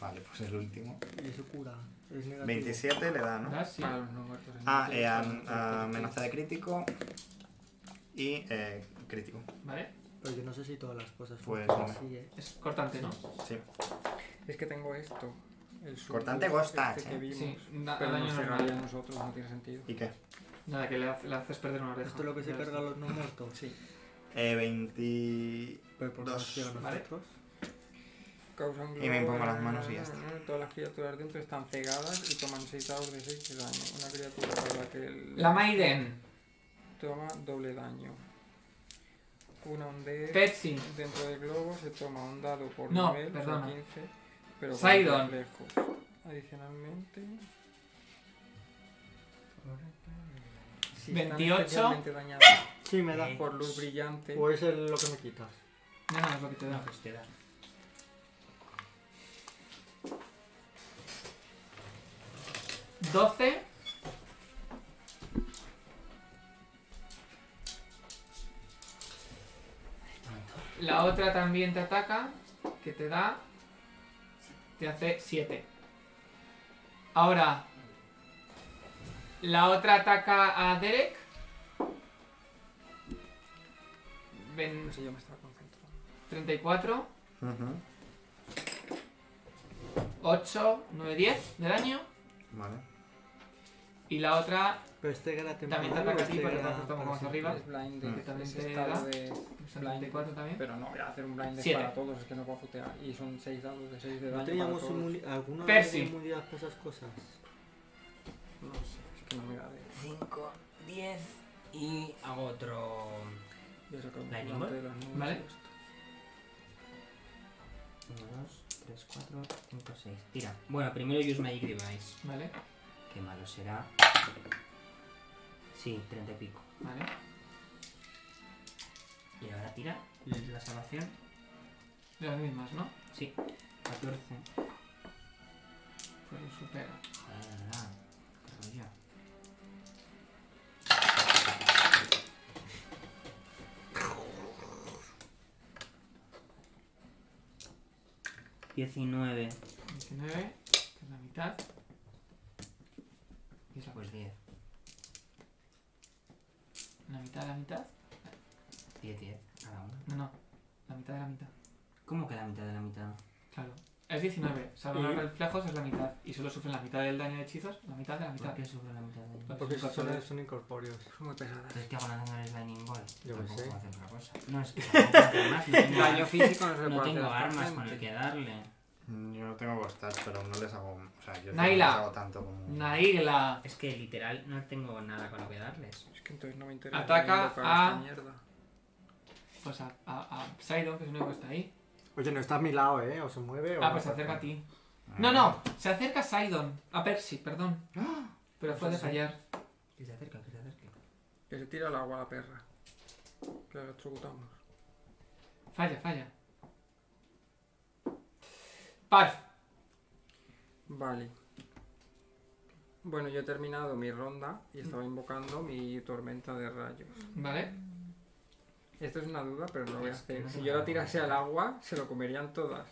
D: Vale, pues el último.
B: Y eso cura. Es negativo.
D: 27 le
B: Ah.
D: da, ¿no?
C: Das, sí.
E: Para los no muertos. en
D: Ah,
E: el-
D: eh, a-
E: para los
D: a-
E: muertos.
D: amenaza de crítico. Y eh, crítico.
C: Vale.
B: Pero yo no sé si todas las cosas
D: Pues
B: funcionan
D: no.
B: así, ¿eh?
C: Es cortante, ¿no?
D: Sí.
E: Es que tengo esto. El
D: Cortante
E: sucubus
D: Ghost Touch,
E: este que
D: eh.
E: vimos.
C: Sí. Da,
E: Pero
C: daño
E: no se
C: normal.
E: raye a nosotros, no tiene sentido.
D: ¿Y qué?
C: Nada, que le, ha- le haces perder una oreja.
B: Esto es lo que se
C: Ya
B: carga a
C: está.
B: los no muertos.
E: Sí.
D: Eh, 20.
B: Pero por
D: Dos.
B: dos. a
C: Vale.
B: nosotros.
E: Causa un
D: Y me
E: globo,
D: pongo las
E: na,
D: manos y
E: na,
D: ya
E: na, na, Todas las criaturas dentro están cegadas y toman 6 dados de 6 de daño. Una criatura para la que el-
C: La Maiden.
E: toma doble daño. Una un D
C: Pepsi.
E: dentro del globo se toma un dado por
C: No,
E: nivel, son
C: perdona.
E: 15, pero con
C: Sidon.
E: reflejos. Adicionalmente... si están
C: 28.
E: especialmente dañadas
B: Sí, me da.
F: Eh.
E: por luz brillante.
B: O es el- lo que me quitas.
C: No, no, es lo que te da.
F: No, pues te da.
C: 12. La otra también te ataca, que te da. Te hace 7. Ahora. La otra ataca a Derek. Ven,
E: No sé, yo me estaba concentrando.
C: 34, 8, 9, 10 de daño.
D: Vale.
C: Y la otra
B: Pero este que era
C: También te
B: temporal,
C: ataca a
B: este
C: ti,
B: que
C: pero
B: era-
C: no estamos más arriba.
E: Es blind,
D: Mm.
E: es- es
C: También te
E: estado
C: da.
E: de- blind.
C: 34 también.
E: Pero no voy a hacer un blind
C: Siete.
E: para todos, es que no puedo futear. Y son 6 dados de 6 de daño.
B: ¿No
E: para
B: teníamos
E: todos.
B: inmuni- alguna
C: Percy.
B: inmunidad para esas cosas?
E: No sé, es que no me da de.
F: 5, 10 y hago otro.
E: Yo saco un
F: Lightning
E: volante
F: Bolt.
E: de los nuevos
C: Vale.
E: y esto.
F: 1, 2, 3, 4, 5, 6. Tira. Bueno, primero use Magic Device.
C: Vale,
F: Qué malo será. Sí, 30 y pico.
C: vale.
F: Y ahora tira la salvación.
C: De las mismas, ¿no?
F: Sí, 14.
C: Pues lo supera.
F: Joder, de verdad. Qué rollo. Diecinueve.
C: 29, que es la mitad. Y es la,
F: Pues diez.
C: la mitad de la mitad.
F: Diez, diez. Cada uno.
C: No, no. La mitad de la mitad.
F: ¿Cómo que la mitad de la mitad?
C: Claro. Es 19. Salvo los reflejos es la mitad. Y solo sufren la mitad del daño de hechizos. La mitad de la
F: ¿Por
C: mitad.
F: qué sufre la mitad de
C: Pues
B: Porque
C: nunca
B: son,
C: sabes.
B: son incorpóreos.
E: Son muy pesadas.
F: Entonces, ¿qué hago lanzando el Lightning Ball?
B: Yo qué
F: Tampoco
B: sé.
F: puedo hacer otra cosa. No, es que no puedo hacer más, no tengo,
E: Daño físico no se le
F: no
E: puede
F: tengo
E: hacer a esta
F: armas con
E: gente.
F: el que darle.
D: Mm, Yo tengo costas, pero no les hago. O sea, yo
C: Naila.
D: no les hago tanto como.
C: Naigla.
F: Es que literal no tengo nada con lo que darles.
E: Es que entonces no me interesa.
C: Ataca
E: ni invocar
C: a-
E: esta mierda.
C: Pues a, a, a Psyduck, que es el único que está ahí.
B: Oye, no está a mi lado, ¿eh? O se mueve o...
C: Ah, pues se acerca a ti.
D: Ah.
C: No, no. Se acerca a Sidon. A Percy, perdón. Pero fue de
F: Sí.
C: fallar.
F: Que se acerca, que se acerque.
E: Que se tira al agua a la perra. Que la electrocutamos.
C: Falla, falla. Parf.
E: Vale. Bueno, yo he terminado mi ronda y estaba invocando mi tormenta de rayos.
C: Vale.
E: Esto es una duda, pero no lo voy a
F: Es que
E: hacer.
F: no
E: Si
F: se
E: yo la
F: puede.
E: tirase al agua, se lo comerían todas.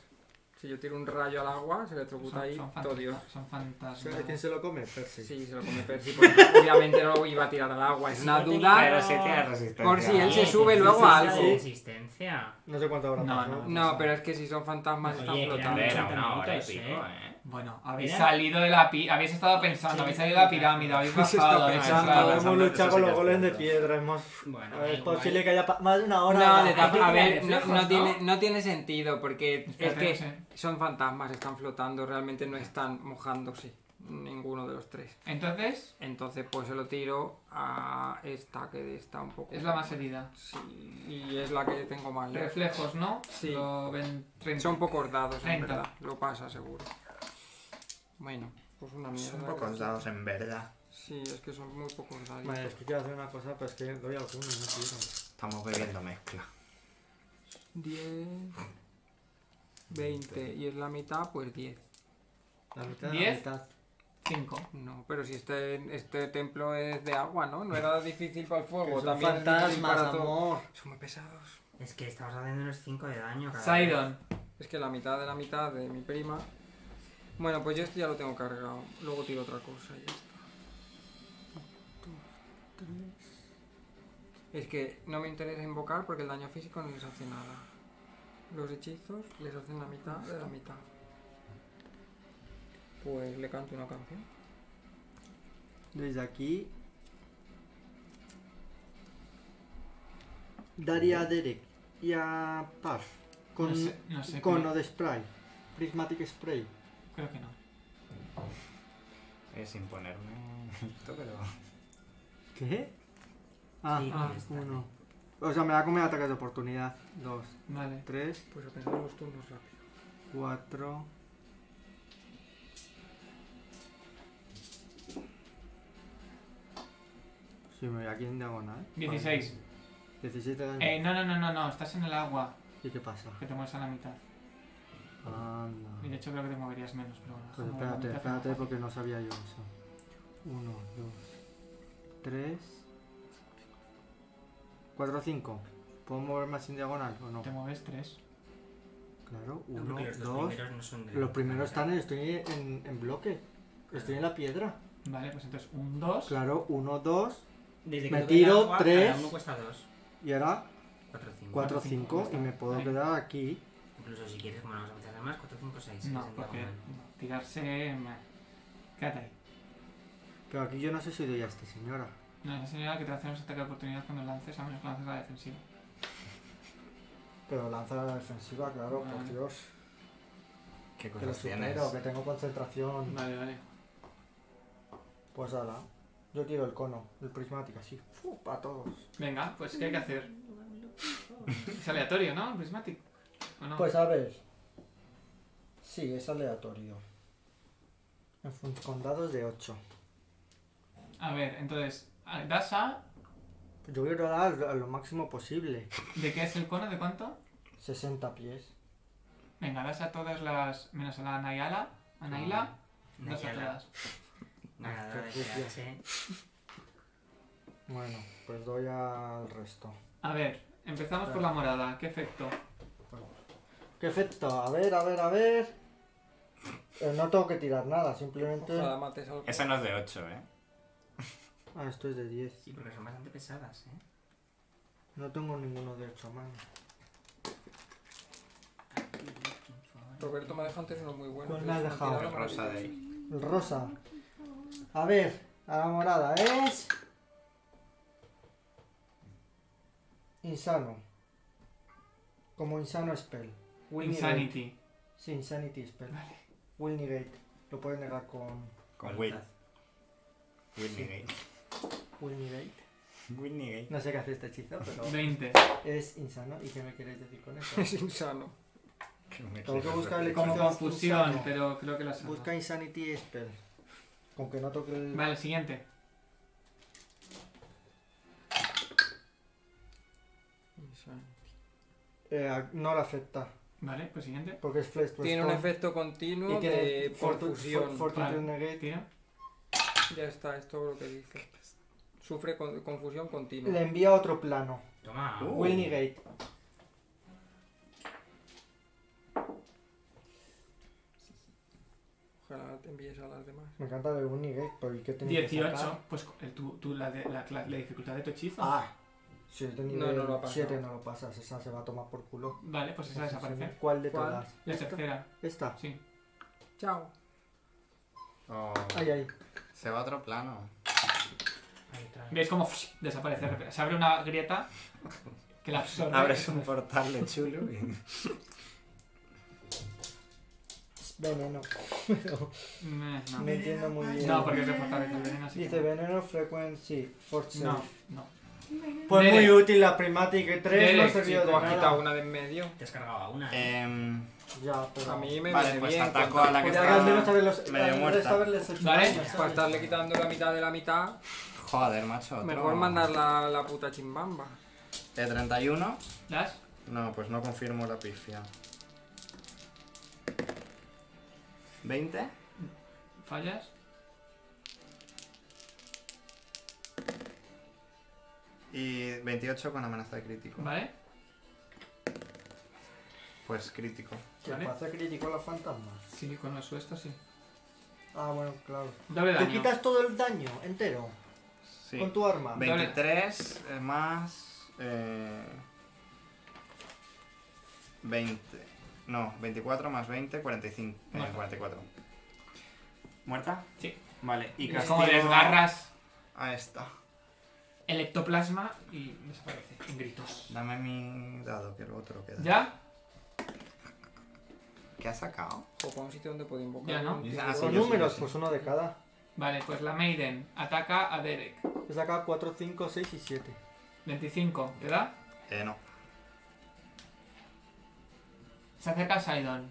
E: Si yo tiro un rayo al agua, se electrocuta
C: Son,
E: ahí
C: son
E: todo Dios.
C: fantasmas. Son fantasmas.
B: ¿A quién se lo come? Percy.
E: Sí, se lo come Percy, porque obviamente no lo iba a tirar al agua. Es una
F: no tenía-
E: duda.
D: Pero sí tiene resistencia.
E: Por si él se
F: Oye,
E: sube
F: ¿qué
E: luego a
F: es esa
E: algo.
F: de Resistencia.
B: No sé cuánto habrá
C: No,
B: pasado.
C: no.
E: No, pero es que si son fantasmas están
F: Oye,
E: flotando.
F: que
D: Era una hora y
F: Minutos,
D: pico,
F: ¿eh?
D: eh.
C: Bueno, habéis
F: Era-
C: salido de la pi... Habéis estado pensando,
F: Sí.
C: habéis salido de la pirámide, habéis
E: Pues está
C: bajado, habéis
E: pensando,
C: entrado.
D: pensando.
B: hemos luchado con
D: Eso sí que
B: los
D: es
B: golems de
D: cierto.
B: piedra. Hemos...
F: Bueno,
B: es
F: da igual.
B: posible que haya pa- más de una hora.
E: No, de
B: Ah,
E: tapa- a
C: tirar
E: ver, no,
C: reflejos,
E: no
C: ¿no?
E: tiene, no tiene sentido porque es
C: Espérate,
E: que
C: no sé.
E: son fantasmas, están flotando, realmente no están mojándose ninguno de los tres.
C: Entonces,
E: Entonces pues se lo tiro a esta que está un poco...
C: es la más herida.
E: Sí, y es la que tengo más lejos.
C: Reflejos, ¿no?
E: Sí.
C: Lo ven 30.
E: Son pocos dados, en
C: Treinta.
E: verdad, lo pasa seguro. Bueno, pues una mierda.
D: Son pocos dados en verdad.
E: Sí, es que son muy pocos dados.
B: Vale, es que quiero hacer una cosa, pero es que doy alguno, no quiero.
D: Estamos bebiendo mezcla.
E: 10, 20 y es la mitad, pues 10.
B: La mitad,
C: ¿Diez?
B: la mitad.
C: 5.
E: No, pero si este, este templo es de agua, ¿no? No era difícil para el fuego.
B: Que son
E: También es difícil
B: fantasmas,
E: para todo.
B: amor.
E: Son muy pesados.
F: Es que estamos haciendo unos 5 de daño cada vez.
C: Sidon.
E: Es que la mitad de la mitad de mi prima. Bueno, pues yo esto ya lo tengo cargado. Luego tiro otra cosa y ya está. Un, dos, tres. Es que no me interesa invocar porque el daño físico no les hace nada. Los hechizos les hacen la mitad de la mitad. Pues le canto una canción.
B: Desde aquí. Daría a Derek y a Parf. Con,
C: No sé, no sé
B: cono
C: cómo-
B: de spray. Prismatic spray.
C: Creo que no.
D: Eh, sin ponerme esto, pero.
B: ¿Qué? Ah,
F: Sí,
C: ah,
F: ya está. ¿eh?
B: uno. O sea, me va a comer ataques de oportunidad. Dos,
C: Vale.
B: tres,
E: Pues a pensar los turnos rápido.
B: cuatro. Sí, me voy aquí en diagonal.
C: 16.
B: Vale. 17 daño.
C: Eh, no, no, no, no, no. Estás en el agua.
B: ¿Y qué pasa?
C: Que te mueves a la mitad.
B: Anda.
C: Y de hecho creo que te moverías menos, pero bueno.
B: Pues
C: déjame la
B: espérate,
C: mitad.
B: espérate porque no sabía yo eso. 1, 2, 3, 4, 5. ¿Puedo mover más en diagonal o no?
C: Te mueves tres.
B: Claro,
F: No,
B: 1,
F: porque los dos
B: 2.
F: primeros no son de
B: Los primeros
F: Ah,
B: están en, estoy en, en bloque. Estoy en la piedra.
C: Vale, pues entonces un 2.
B: Claro, 1, 2.
F: Desde toque
B: Me
F: el
B: tiro
F: agua,
B: tres.
F: Cada uno cuesta 2.
B: Y ahora
F: 4, 5.
B: 4,
C: Cuatro, cinco,
B: 5.
C: ya
B: Y
C: está.
B: me puedo
C: Ahí.
B: quedar aquí.
F: Incluso si quieres, como no vas a meter más, 4, 5, 6.
C: No, porque no, tirarse. me- Quédate ahí.
B: Pero aquí yo no sé si doy a este, señora.
C: No, esa señora que te hacemos ataque de oportunidad cuando lances, a menos que lances a la defensiva.
B: Pero lanza a la defensiva, claro, por
C: Vale.
B: Dios.
D: ¿Qué
C: Pues
B: Que lo
D: cosas tienes?
B: supero, que tengo concentración.
C: Vale, vale.
B: Pues ala. Yo tiro el cono, el prismático, así. ¡Fu! Para todos.
C: Venga, pues ¿qué hay que hacer? Es aleatorio, ¿no? Prismatic. ¿O no?
B: Pues a ver. Sí, es aleatorio. En fun- Con dados de 8.
C: A ver, entonces, a- das a.
B: Yo voy a rodar a lo máximo posible.
C: ¿De qué es el cono? ¿De cuánto?
B: 60 pies.
C: Venga, das a todas las. menos a la Nayala. A Naila. Das a
F: Nayala.
C: todas.
F: Ganadora de PH.
B: Bueno, pues doy al resto.
C: A ver, empezamos por la morada. ¿Qué efecto?
B: ¿Qué efecto? A ver, a ver, a ver. Eh, no tengo que tirar nada, simplemente.
E: Ojalá mates algo.
D: Ese no es de 8, ¿eh?
B: Ah, esto es de 10.
F: Sí, porque son bastante pesadas, ¿eh?
B: No tengo ninguno de 8 más.
E: Roberto me ha dejado antes uno muy bueno.
B: ¿Cuál Pues
E: que
B: me
E: es
B: has
E: una
B: dejado?
D: El
E: tirada
D: rosa de
E: maravillosa.
D: ahí.
B: El rosa. A ver, a la morada es. Insano. Como insano spell. Winnie Gate.
C: Insanity.
B: Sí, insanity spell. Winnie Gate. Lo puedes negar con
D: Con Will. Whitney Gay.
B: Winnie Gate.
D: Whitney Gay.
B: No sé qué hace este hechizo, pero
C: 20.
B: es insano. ¿Y qué me queréis decir con eso?
E: Es insano.
B: Tengo que buscarle
C: Como
B: Insano.
C: confusión, pero creo que la saco.
B: Busca insanity spell. Con que no toque el.
C: Vale, siguiente.
B: Eh, no le afecta.
C: Vale, pues siguiente.
B: Porque es flash. pues,
E: Tiene un
B: con-
E: efecto continuo
B: y tiene
E: de
B: fortu-
E: confusión.
B: for- fortitude
C: Vale.
B: negate.
C: Tira.
E: Ya está, es todo lo que dice. Sufre con- confusión continua.
B: Le envía a otro plano.
F: Toma.
D: Uh.
B: Will negate.
E: Ojalá te envíes a las demás.
B: Me encanta el Will negate, pero ¿y qué tenía que sacar?
C: 18. Pues el- tú, tú la, de- la, cla- la dificultad de tu hechizo.
B: Ah, si es de
E: No,
B: nivel
E: no lo ha pasado.
B: 7 no lo pasas, esa se va a tomar por culo.
C: Vale, pues esa desaparece.
B: ¿Cuál de
E: ¿Cuál?
B: todas?
C: La tercera,
B: Esta.
C: sí.
E: Chao.
D: Oh,
B: Ay, ay.
D: se va a otro plano.
F: Ahí está.
C: ¿Veis cómo desaparece? de repente? Se abre una grieta que la absorbe.
D: Abres un portal de chulo y...
B: Es Veneno.
C: Mm,
B: No entiendo muy bien.
C: No, no porque es de fortaleza el veneno, así que
B: Dice veneno frequency, force.
C: No, no.
B: Pues
C: Derek.
B: muy útil la Primatic 3, no
C: Derek,
B: sirvió de
E: Chico, has quitado
B: nada.
E: una de en medio.
F: Te has cargado a una. ¿eh?
D: Em,
B: Ya, pero...
E: A mí me
D: vale,
E: viene
D: pues
E: bien.
D: ataco
E: cuando-
D: a la que
B: Podría al menos
D: está...
B: haberlos-
D: medio
B: al menos
D: muerta.
B: haberles hecho
C: Vale.
B: daño, ¿sabes?
E: Para estarle quitando la mitad de la mitad,
D: Joder, macho. otro.
E: mejor mandarla a la puta chimbamba.
D: De 31.
C: ¿Das?
D: No, pues no confirmo la pifia. 20.
C: ¿Fallas?
D: Y 28 con amenaza de crítico.
C: ¿Vale?
D: Pues crítico.
B: Que
C: Vale.
B: pasa crítico a los fantasmas.
C: Sí, con los suestos sí.
B: Ah, bueno, claro.
C: Doble
B: ¿Te
C: daño.
B: quitas todo el daño entero?
D: Sí.
B: Con tu arma.
C: Ve-
D: 23 eh, más. Eh, 20. No, 24 más 20, 45. eh,
C: Muerta.
D: 44. ¿Muerta?
C: Sí.
D: Vale, y
C: es como
D: castigo
C: desgarras
D: A esta.
C: el ectoplasma y desaparece. En gritos.
D: Dame mi dado, que luego te lo queda.
C: ¿Ya?
D: ¿Qué has sacado?
E: O para un sitio donde puede invocar.
C: Ya, ¿no?
E: un
D: Ya,
E: tiburón.
D: sí,
B: Con
D: yo
B: números,
D: sí.
B: pues uno de cada.
C: Vale, pues la Maiden ataca a Derek.
B: Es de acá 4, 5, 6 y 7.
C: 25, ¿te da?
D: Eh, no.
C: Se acerca a Sidon.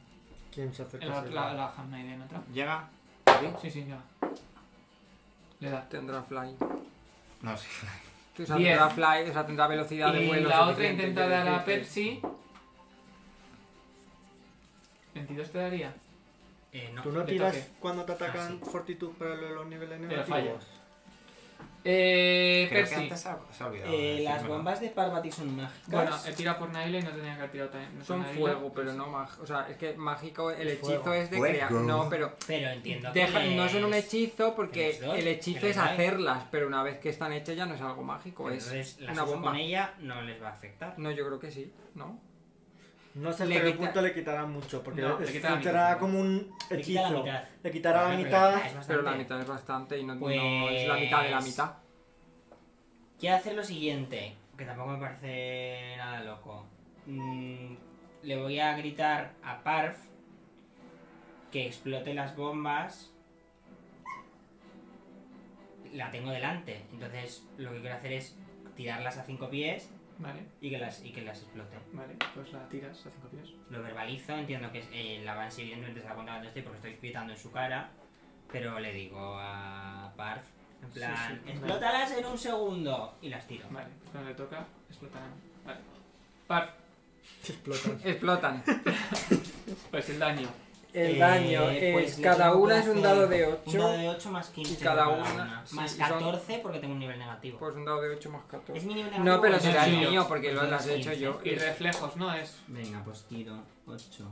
B: ¿Quién se
C: La,
B: acerca a
C: la,
B: ese?
C: la Hand Maiden, otra.
D: ¿Llega?
C: Sí, sí, ya. Le da.
E: Tendrá fly.
D: No, sí.
E: O sea,
C: Diez.
E: tendrá fly, o sea, tendrá velocidad de
C: Y
E: vuelo.
C: la otra
E: suficiente,
C: intenta
E: quiero
C: dar a
E: decirte.
C: Pepsi. 22 te daría.
F: Eh, no.
B: ¿Tú no
C: le
B: tiras
C: toque.
B: cuando te atacan
F: Ah,
B: fortitud para lo de los niveles
C: Pero
B: negativos?
C: falla. Eh,
D: Creo que
C: Percy.
D: antes se ha, se ha olvidado. de
F: Eh, las
D: decírmelo.
F: bombas de Parvati son mágicas.
C: Bueno, eh, he tirado por Naila y no tenía que haber tirado también. no
E: Son
C: Naila,
E: fuego, pero no mágico. O sea, es que mágico, el
F: Fuego.
E: hechizo es de
D: Fuego.
E: crear. No, pero.
F: pero entiendo
E: deja-
F: que
E: no son un
F: les-
E: hechizo porque
F: les doy,
E: el hechizo
F: que
E: es
F: les doy.
E: hacerlas, pero una vez que están hechas ya no es algo mágico, es
F: Entonces, las
E: Pues, una
F: uso
E: bomba.
F: con ella no les va a afectar.
E: No, yo creo que sí, ¿no?
B: No sé,
E: Le
B: pero el
E: quita-
B: punto le quitará mucho, porque
C: No, le
B: es-
C: quita la mitad,
B: funcionará
C: ¿no?
B: como un
F: Le quita la
B: hechizo.
F: mitad. Ah,
B: Le quitará la
F: Bueno,
B: mitad.
F: es bastante.
E: Pero la mitad es bastante y no, no es la
F: Pues-
E: mitad de la mitad.
F: Quiero hacer lo siguiente, que tampoco me parece nada loco. Mm, le voy a gritar a Parf que explote las bombas. La tengo delante, entonces lo que quiero hacer es tirarlas a cinco pies
C: Vale,
F: y que las, y que las explote.
C: vale, pues la tiras a cinco pies.
F: Lo verbalizo, entiendo que es- eh, la Banshee evidentemente se da cuenta cuando estoy porque estoy gritando en su cara, pero le digo a Parf, en
C: Sí,
F: plan,
C: sí,
F: explótalas en un segundo y las tiro.
C: Vale, pues cuando le toca, explotarán. Vale. Par,
B: Explota.
E: Explotan.
C: pues el daño.
E: El
F: Eh,
E: daño
F: pues
E: es.
F: les
E: Cada
F: voy a
E: una es un
F: hacer
E: dado de
F: Un dado
E: 8.
F: de 8 más 15.
E: y cada
F: por
E: una, sí,
F: más
E: y son-
F: 14 porque tengo un nivel negativo.
E: Pues un dado de 8 más 14.
F: Es mi nivel negativo.
E: No, pero
F: o
C: si
F: es
E: será el
C: mío,
E: mío, porque lo
F: Entonces,
E: has hecho
F: 15.
E: yo.
C: Y reflejos, ¿no? Es.
F: Venga, pues tiro 8.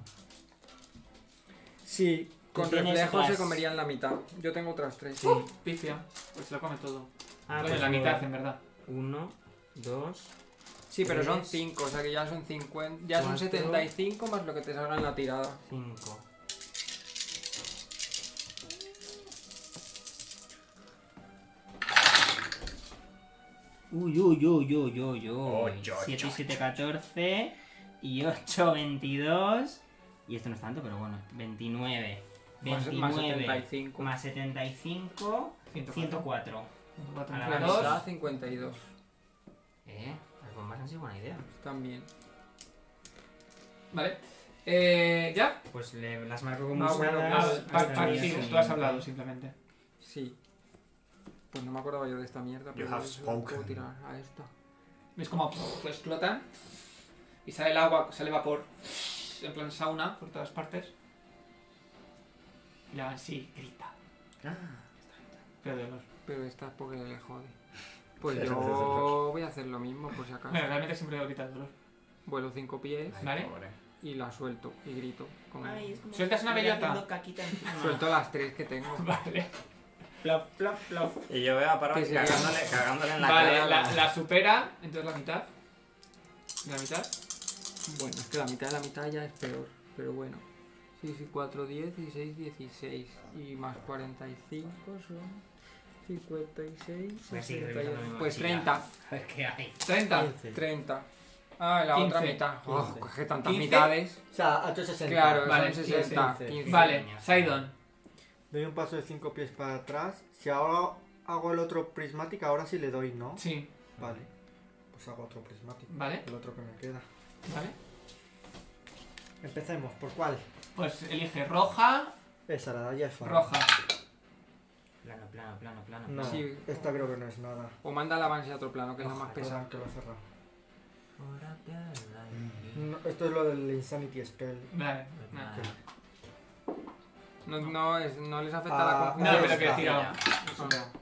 E: Sí, con
F: Tú tienes
E: reflejo se
F: otras-
E: comerían la mitad. Yo tengo otras 3.
C: Pifia. Pues se lo come todo.
F: Ah,
E: pues
C: bueno, la mitad, en verdad.
F: 1, 2.
E: Sí, pero son
F: Tres.
E: 5, o sea que ya son 50. Ya son
F: Cuatro.
E: 75 más lo que te salga en la tirada.
F: 5. Uy, uy, uy, uy, uy, uy.
D: Ocho,
F: 7
D: ocho,
F: 7, 14. Y 8, 22. Y esto no es tanto, pero bueno. 29.
E: Más-
F: 29.
E: más 75.
F: Más 75.
C: 104.
F: 104.
C: Uno, cuatro,
F: A la
E: La
C: entre
F: mitad.
C: dos.
E: mitad, 52.
F: Eh, las bombas han sido buena idea.
E: También.
C: Vale. Eh, ¿Ya?
F: Pues le- las marco como
E: Ah, bueno,
C: Ah,
F: usadas.
E: pues,
C: Par,
F: hasta
C: Par,
F: el día
C: sí, tú
F: siguiente.
C: has hablado simplemente.
E: Sí. Pues no me acordaba yo de esta mierda, pero
D: have
E: yo se la puedo
D: spoken.
E: tirar a esta.
C: Es como pff, explotan y sale el agua, sale vapor en plan sauna por todas partes. Y la sí grita.
D: Ah,
C: Pero de dolor.
E: Pero esta es porque le jode. Pues
D: Sí, sí, sí,
E: yo voy a hacer lo mismo, por si
C: Bueno,
E: acaso.
C: realmente siempre le grita de dolor.
E: Vuelo 5 pies
D: Ay,
C: Vale.
D: pobre.
E: y la suelto y grito. como-
F: Ay, es como
C: ¿Sueltas
F: si
C: una
F: estuviera
C: bellota?
F: haciendo caquita encima.
E: Suelto las 3 que tengo.
C: Vale.
F: Plop, plop, plop.
D: Y yo veo a Parvati
E: Que sería-
D: cagándole, cagándole en la
C: vale,
D: cara.
C: la,
D: como-
C: la supera, entonces la mitad. La mitad.
E: Bueno, es que la mitad de la mitad ya es peor, pero bueno. 6 y 4, 10, 16, 16. Y más 45 son 56,
F: Voy a seguir
E: 68.
F: revisando mi
E: Pues
F: mochila.
E: 30.
F: A ver qué hay.
C: 30.
E: 30. Ah, la otra
C: 15.
E: mitad. Oh,
B: 15.
E: es que tantas
C: 15.
E: mitades.
B: O sea, a 860.
E: Claro,
C: Vale,
E: son 60.
B: 15.
E: 15.
C: Vale,
F: Pequeña.
C: Sidon.
B: Doy un paso de 5 pies para atrás. Si ahora hago el otro prismático, ahora sí le doy, ¿no?
C: Sí,
B: Vale. Pues hago otro prismático.
C: vale,
B: El otro que me queda.
C: vale.
B: Empecemos. ¿Por cuál?
C: Pues elige roja,
B: Esa, la de allá es fácil.
C: roja.
F: Plano, plano, plano, plano.
B: No,
F: plano.
E: Sí.
B: esta creo que no es nada.
E: O manda la avance a otro plano, que es la más
C: eh.
F: Ojalá.
B: Perdón,
E: pesada.
B: que lo he cerrado. No, esto es lo del Insanity Spell.
C: Vale, nada.
F: Nada.
E: No, no, es, no les afecta
B: Ah,
E: la
C: No,
E: confusión.
C: pero que he
B: está.
C: tirado.
B: El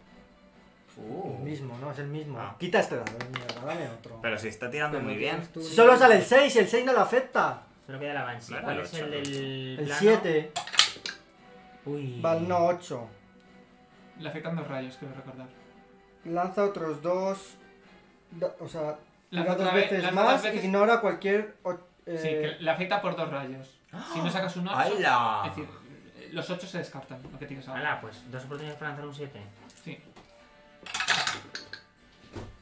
D: Uh,
B: mismo, ¿no? Es el mismo.
D: Ah.
B: Quita este dado, mierda, dame otro.
D: pero si está tirando muy bien.
B: Si Solo sale el 6 y el 6 no lo afecta.
F: Solo queda la Banshee.
D: Claro,
F: ¿Cuál
D: el
F: es
D: ocho,
F: el
D: el
F: del.
B: El
F: plano?
B: 7,
F: Uy.
B: Val no 8.
C: Le afectan dos rayos, quiero recordar.
B: Lanza otros dos. da- o sea,
C: Lanza
B: tira
C: otra
B: dos
C: vez-
B: veces
C: lanza
B: más.
C: dos veces-
B: Ignora cualquier. o- eh,
C: Sí, que le afecta por dos rayos. Si no sacas un 8,
D: ¡Ah! ¡Hala!
C: es decir, eh, los 8 se descartan, lo que tienes ahora.
F: Hala, pues dos oportunidades para lanzar un 7.
C: Sí.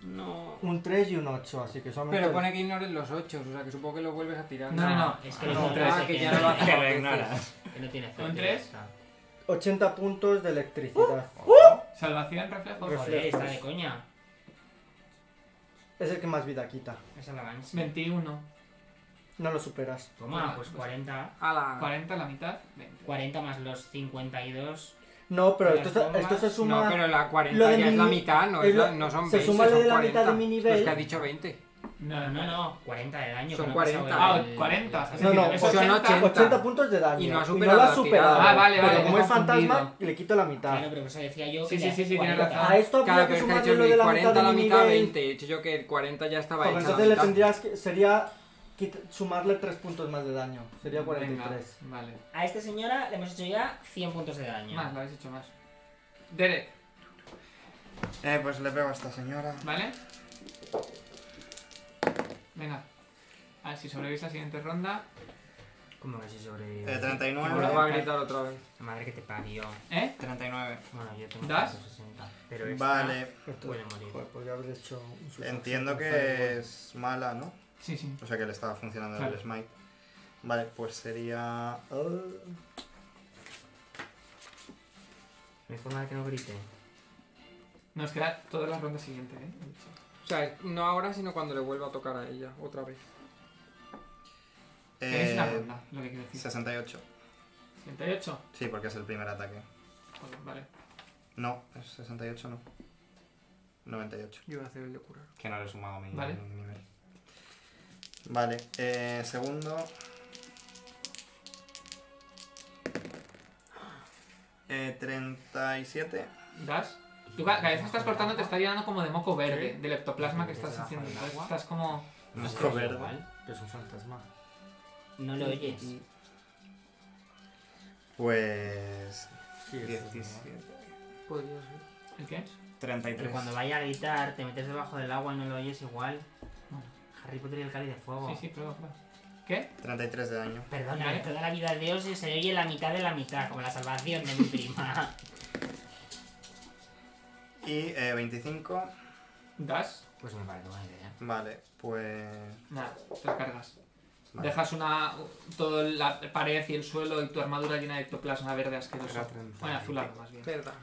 F: No.
B: Un 3 y un 8, así que solamente.
E: Pero pone que ignores los 8, o sea que supongo que lo vuelves a tirar.
C: No, no, no.
F: Es que
C: No,
F: no,
C: un
F: tiene
C: tres,
F: efecto,
E: que ya no lo hace.
D: Que lo ignoras.
F: Que no tiene efecto.
C: Un
F: ya
C: tres.
F: está.
B: 80 puntos de electricidad.
C: Salvación, reflejos.
B: Refle-
F: Joder, está de coña.
B: Es el que más vida quita.
F: Esa es la Banshee.
C: 21.
B: No lo superas.
F: Toma, pues 40.
E: Ala.
C: 40, la mitad, 20.
F: 40 más los 52.
B: No, pero
F: Las
B: esto, está-
F: bombas-
B: esto se
E: No,
B: suma.
E: pero la
B: Lo
E: 40
B: de
E: ya es
B: mi-
E: la mitad, no,
B: es
E: es la-
B: lo-
E: no son
B: se
E: 20,
B: suma lo
E: son
B: de la mitad de
E: 40.
B: mi
E: Pues
B: nivel.
E: que ha dicho 20.
C: No,
F: No, no, Eh, no, 40 de daño.
E: Son
F: que no ha pasado
E: 40.
C: Ah,
F: el-
C: 40. Es
B: No,
C: decir,
B: no,
C: es
E: son
C: 80.
E: 80.
B: 80 puntos de daño.
E: Y no ha
B: lo
E: superado
B: ha
E: la
B: superado.
E: tirada.
C: Ah, vale, vale,
B: Pero como
C: me he
B: es fantasma,
C: confundido.
B: le quito la mitad.
F: Claro, pero por eso decía yo.
C: Sí,
F: que
C: sí,
F: le-
C: sí, sí, tienes
F: 40.
C: razón.
B: A esto habría que
E: Claro, pero es que ha
B: sumarle
E: dicho
B: lo de
E: Luis
B: la mitad
E: 40 a
B: de
E: la
B: mi
E: mitad,
B: nivel.
E: 20. He dicho yo que el 40 ya estaba
B: Porque
E: hecho.
B: entonces le tendrías que. Sería. quita- Sumarle 3 puntos más de daño. Sería
C: Venga,
B: 43.
C: Vale.
F: A esta señora le hemos hecho ya 100 puntos de daño.
C: Más, lo habéis hecho más. Derek,
D: Eh, pues le pego a esta señora.
C: ¿vale? Venga. A ver si sobrevives a la siguiente ronda.
F: ¿Cómo que se sobrevive?
D: Eh,
E: Ahora Pues va a
D: 39.
E: gritar otra vez.
F: La madre que te parió.
C: ¿Eh?
D: 39.
F: Bueno, yo tengo
C: ¿Das?
F: 160, Pero esta
D: Vale,
F: puede morir.
B: Joder, podría haber hecho un suceso.
D: entiendo que
B: Fireball.
D: es mala, ¿no?
C: Sí, sí.
D: O sea que le estaba funcionando
C: Claro.
D: el smite. Vale, pues sería... uh,
B: Ah.
F: No hay forma de que no grite.
C: Nos queda todas las rondas siguientes, ¿eh?
E: O sea, no ahora, sino cuando le vuelva a tocar a ella, otra vez.
C: Tenéis una
D: Eh,
C: ronda, lo que quiero decir.
D: 68.
C: 68.
D: Sí, porque es el primer ataque.
C: Joder, vale.
D: No, es 68 no. 98.
E: Yo voy a hacer el de curar.
D: Que no le he sumado mi
C: Vale.
D: mi nivel. Vale, eh, segundo. Eh, 37.
C: ¿Das? Tú ca- cada vez que estás cortando te está llenando como de moco verde,
F: Sí.
C: del eptoplasma que
F: Desde
C: estás
F: abajo
C: haciendo.
F: del
C: Entonces
F: agua.
C: estás como...
D: No es
F: Pero
D: verde.
F: igual,
B: Pero es un fantasma.
F: No lo oyes.
D: Pues.
B: Sí, es un
D: 17.
E: Podría ser.
C: ¿El qué?
D: 33.
F: Pero cuando vaya a gritar, te metes debajo del agua y no lo oyes igual.
C: Bueno.
F: Harry Potter y el cáliz de fuego.
C: Sí, sí, prueba, prueba. ¿Qué?
D: 33 de daño.
F: Perdona,
C: Vale.
F: toda la vida de Dios se oye la mitad de la mitad, como la salvación de mi prima.
D: Y eh, 25.
C: ¿Das?
F: Pues me parece buena idea.
D: Vale, pues.
C: Nada, te la cargas.
D: Vale.
C: Dejas una... toda la pared y el suelo y tu armadura llena de ectoplasma verde asqueroso.
D: Era 30
C: Bueno,
D: y
C: azulado
D: pico.
C: más bien.
E: Verdad.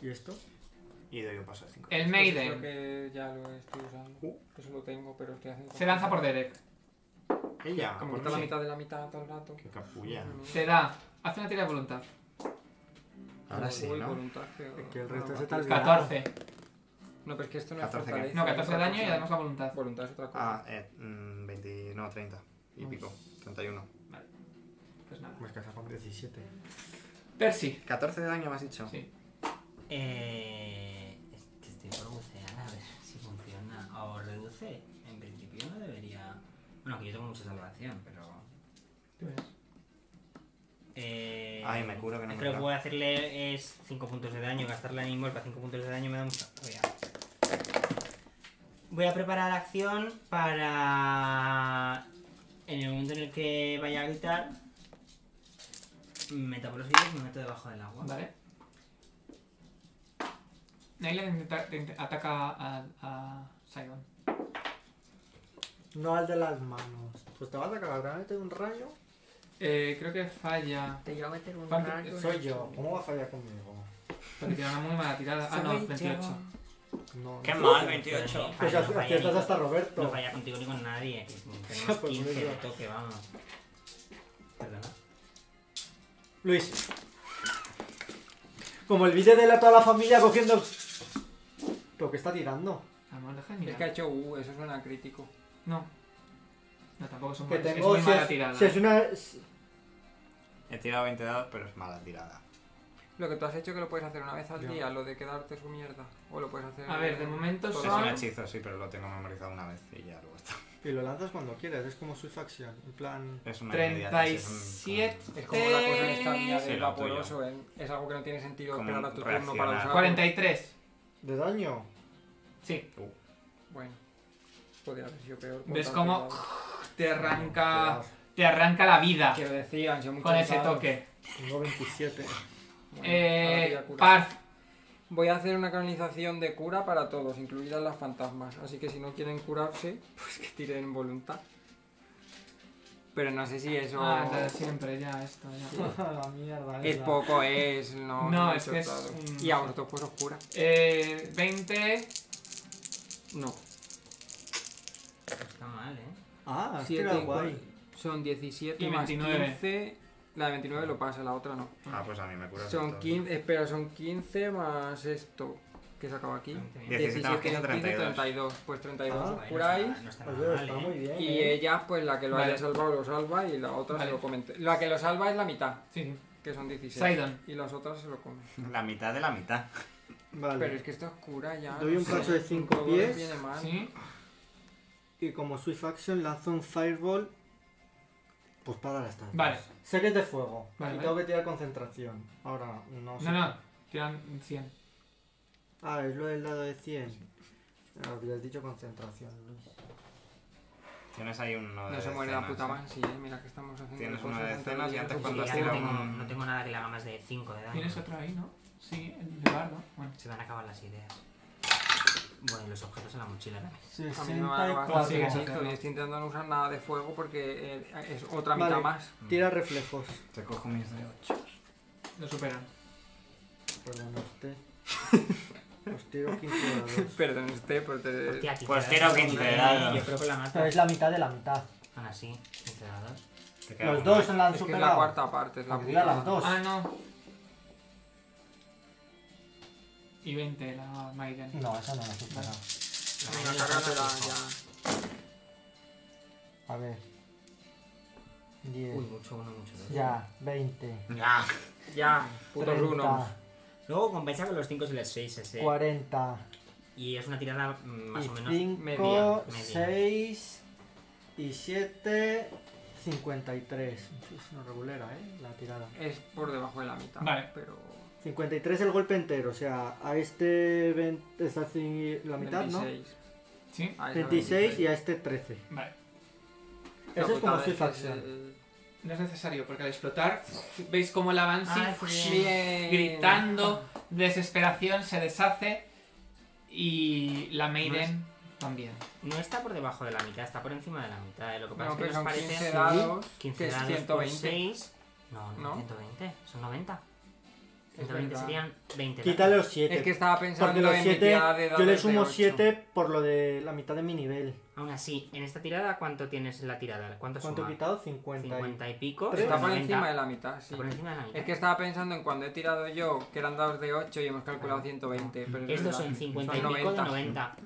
B: ¿Y esto?
D: Y doy un paso de 5.
C: El
E: Pues Creo
C: Maiden
E: que ya lo estoy usando.
D: Uh.
E: Que solo tengo, pero estoy haciendo.
C: se lanza por Derek.
D: Ella,
E: Como
D: ¿por
E: está la
D: qué?
E: mitad de la mitad todo el rato.
D: Qué capulla.
C: Te da... Hace una tira de voluntad.
D: Ahora sí,
E: Voy con
D: ¿no?
E: un traje o-
B: Que el resto
E: Ah,
B: se
E: vale.
B: tal-
C: 14.
E: No, pero es que esto no
D: 14
E: es fortaleza.
C: No, 14 de
E: es otra
C: daño y
E: cosa.
C: además la voluntad.
E: Voluntad es otra cosa.
D: Ah, eh, mm, 20. No, 30. Y
C: Uy.
D: pico. 31.
C: Pues nada.
B: Me casa con 17.
C: Percy.
D: 14 de daño me has dicho.
C: Sí.
F: Eh, es que estoy por bucear a ver si funciona o reduce. En principio no debería. Bueno, que yo tengo mucha salvación, pero.
C: ¿Qué ves?
F: Eh,
D: Ay, me curo que no me
F: Creo que
D: da.
F: voy a hacerle es 5 puntos de daño, gastarle animal para 5 puntos de daño me da mucha rabia. Voy a preparar acción para. En el momento en el que vaya a gritar, me tapo los oídos y me meto debajo del agua.
C: Vale. Naila intenta- te int- ataca a, a Sidon.
B: No al de las manos. Pues te vas a cagar, realmente un rayo.
C: Eh, creo que falla.
E: Te iba a meter un
C: ¿Cuánto?
E: rayo.
B: Soy yo. ¿Cómo va a fallar conmigo?
C: Porque tiene una muy mala tirada. Ah, no,
E: Soy
C: 28.
B: No.
D: Qué
B: no.
D: mal,
F: Pero
D: 28.
F: ni-
B: Pues
F: falla,
B: así
F: no
B: así
F: falla
B: estás
F: ni-
B: hasta Roberto.
F: No falla contigo ni con nadie, que tenemos
B: Pues
F: 15 de
B: mira.
F: toque, vamos. Perdona.
B: Luis. Como el vídeo de la toda la familia cogiendo. ¿Pero qué está tirando?
C: A lo mejor Ah, deja de
E: Es que ha
C: mirar.
E: hecho U, eso suena crítico.
C: No. No, tampoco es un
B: Que
C: buen- es
B: tengo.
C: muy
B: si,
C: mala
B: es,
C: tirada. eh.
B: si es una. si-
D: He tirado 20 dados, pero es mala tirada.
E: Lo que tú has hecho que lo puedes hacer una vez al
B: Ya.
E: día, lo de quedarte su mierda. O lo puedes hacer.
C: A ver, de momento
E: todo
D: Es
E: el
C: son-
D: un
E: día.
D: hechizo, sí, pero lo tengo memorizado una vez y ya luego está.
B: Y lo lanzas cuando quieras, es como su facción. En plan.
D: Es una inmediata, sí, es un-
C: 37.
E: Es como la cosa en
C: Eh,
E: esta mía
D: Sí,
E: del
D: lo
E: vaporoso, ¿eh? es algo que no tiene sentido
D: Como
E: esperar a tu turno para
D: reaccionar.
E: usar.
C: 43.
B: ¿De daño?
C: Sí.
E: Bueno, podría haber sido peor. con
C: ¿Ves
E: tanto
C: cómo
E: cuidado.
C: te arranca, te arranca la vida
E: Que lo decían, yo
C: con ese toque?
B: Tengo 27.
C: Eh, Parf.
E: Voy a hacer una canonización de cura para todos, incluidas las fantasmas. Así que si no quieren curarse, pues que tiren voluntad. Pero no sé si eso
C: Ah, la de siempre, ya, esto, ya.
B: la mierda.
E: es
B: esa.
E: poco, es. No,
C: No,
E: me
C: es
E: he
C: que es
E: chocado.
C: un-
E: Y a vosotros, pues os cura.
C: Eh, 20.
E: No.
F: Está mal, eh.
B: Ah, has
E: Siete
B: tirado
E: y
B: guay.
E: cua- Son 17
C: Y
E: más
C: 29.
E: 15. La de 29 lo pasa, la otra no.
D: Ah, pues a mí me cura.
E: Son 15, espera, son 15 más esto, que he sacado aquí.
D: 17 más
E: 15,
D: 15,
E: 32. Pues 32
B: Ah,
E: os curáis.
F: No está
B: Pues
F: nada
B: veo,
F: mal,
B: está
F: ¿eh?
B: muy bien.
E: Y
B: ¿eh?
E: ella, pues la que lo
C: Vale.
E: haya salvado lo salva y la otra
C: Vale.
E: se lo comente. La que lo salva es la mitad,
C: Sí, sí.
E: que son 16.
C: Sidon.
E: Y las otras se lo comen.
D: La mitad de la mitad.
E: Pero
B: Vale.
E: es que esto es cura ya.
B: Doy
E: no
B: un
E: sé,
B: paso de cinco
E: todo les
B: pies.
E: viene mal.
C: Sí.
B: Y como Swift Action lanzo un Fireball. Pues para dar hasta.
C: Vale.
B: Sé que es de fuego.
C: Vale,
B: y
C: vale.
B: tengo que tirar concentración. Ahora, no sé.
C: No, no. Tiran 100.
B: Ah, es lo del dado de 100. No, habías dicho concentración, Luis.
D: Tienes ahí uno de
E: No se muere la
D: decenas,
E: puta
D: ¿eh?
E: más, sí, eh, mira que estamos haciendo
D: Tienes
E: cosas
D: una
E: entre
D: decena y
E: ellos.
D: antes
F: Sí,
D: cuando
F: ya
D: has
F: no,
D: tirado
F: tengo,
D: un-
F: no tengo nada que le haga más de 5 de daño.
C: Tienes otro ahí, ¿no? Sí, el de bardo. Bueno.
F: Se me han acabado las ideas. Bueno, y los objetos en la mochila también.
E: A mí no me va a
C: Ah, sí,
E: conseguir
B: 64.
C: sí.
E: esto, y estoy intentando no usar nada de fuego porque eh, es otra
B: Vale.
E: mitad más.
B: Tira reflejos.
D: Mm. Te cojo mis de 8.
C: Lo superan.
B: Perdón, usted. Os tiro 15 dados.
E: Perdón, este, pero te...
F: Hostia, 15
D: Pues
F: dados,
D: quiero 15
F: ¿no?
D: dados.
F: Yo creo que la mata.
B: Pero es la mitad de la mitad.
F: Ahora sí, 15 dados.
D: Te queda
B: Los
D: uno.
B: dos se la han
E: Es que es la
B: superado.
E: cuarta parte, es la
B: Porque tira
E: puta.
B: las dos.
C: Ah, no. Y 20 la Maiden.
B: No, esa no la he superado.
E: Venga, cárgatela ya.
B: A ver. 10.
F: Uy, mucho uno, mucho dos.
B: Ya, 20.
D: Ya.
E: Ya, putos
B: 30,
E: unos.
F: Luego compensa con los 5 y los 6 ese.
B: 40.
F: Y es una tirada mm, más
B: y
F: o menos media.
B: 5,
F: media.
B: 6 y 7, 53. Es una regulera, ¿eh? La tirada.
E: Es por debajo de la mitad.
C: Vale.
E: Pero...
B: 53 el golpe entero, o sea, a este 20, está así la mitad,
E: 26.
C: Sí.
E: Ah,
B: ¿no?
E: esa
B: 26 y a este 13.
C: Vale.
E: La
B: Eso es como
E: putada
B: Swift
E: que es,
B: Action.
E: eh,
C: No es necesario, porque al explotar, veis cómo la Banshee,
F: Ah, sí.
E: Bien.
C: gritando, desesperación, se deshace. Y la Maiden también.
F: No está por debajo de la mitad, está por encima de la mitad. eh. Lo que pasa
E: Bueno,
F: es
E: pero
F: que nos
E: son
F: parece
E: 15 dados,
F: 15
E: que es
F: dados
E: 120.
F: por 6. No, no,
E: ¿No?
F: 120, son 90.
E: Es
F: 120
E: verdad.
F: serían 20 dados.
B: Quítale los
E: Es
B: 7.
E: que estaba
B: porque
E: pensando
B: los
E: en
B: 7,
E: mitad de dados
B: yo le
E: de
B: sumo
E: ocho.
B: 7 por lo de la mitad de mi nivel.
F: Aún así, en esta tirada, ¿cuánto tienes en la tirada? ¿Cuánto,
B: ¿Cuánto he
F: suma?
B: quitado? 50. y-
F: 50 y pico.
B: Pero
E: Está
F: son
E: por
F: 90.
E: encima de la mitad, sí.
F: Está por encima de la mitad.
E: Es que estaba pensando en cuando he tirado yo, que eran dados de 8 y hemos calculado 120, pero es
F: Estos
E: verdad,
F: son 50 y pico
E: 90.
F: de 90.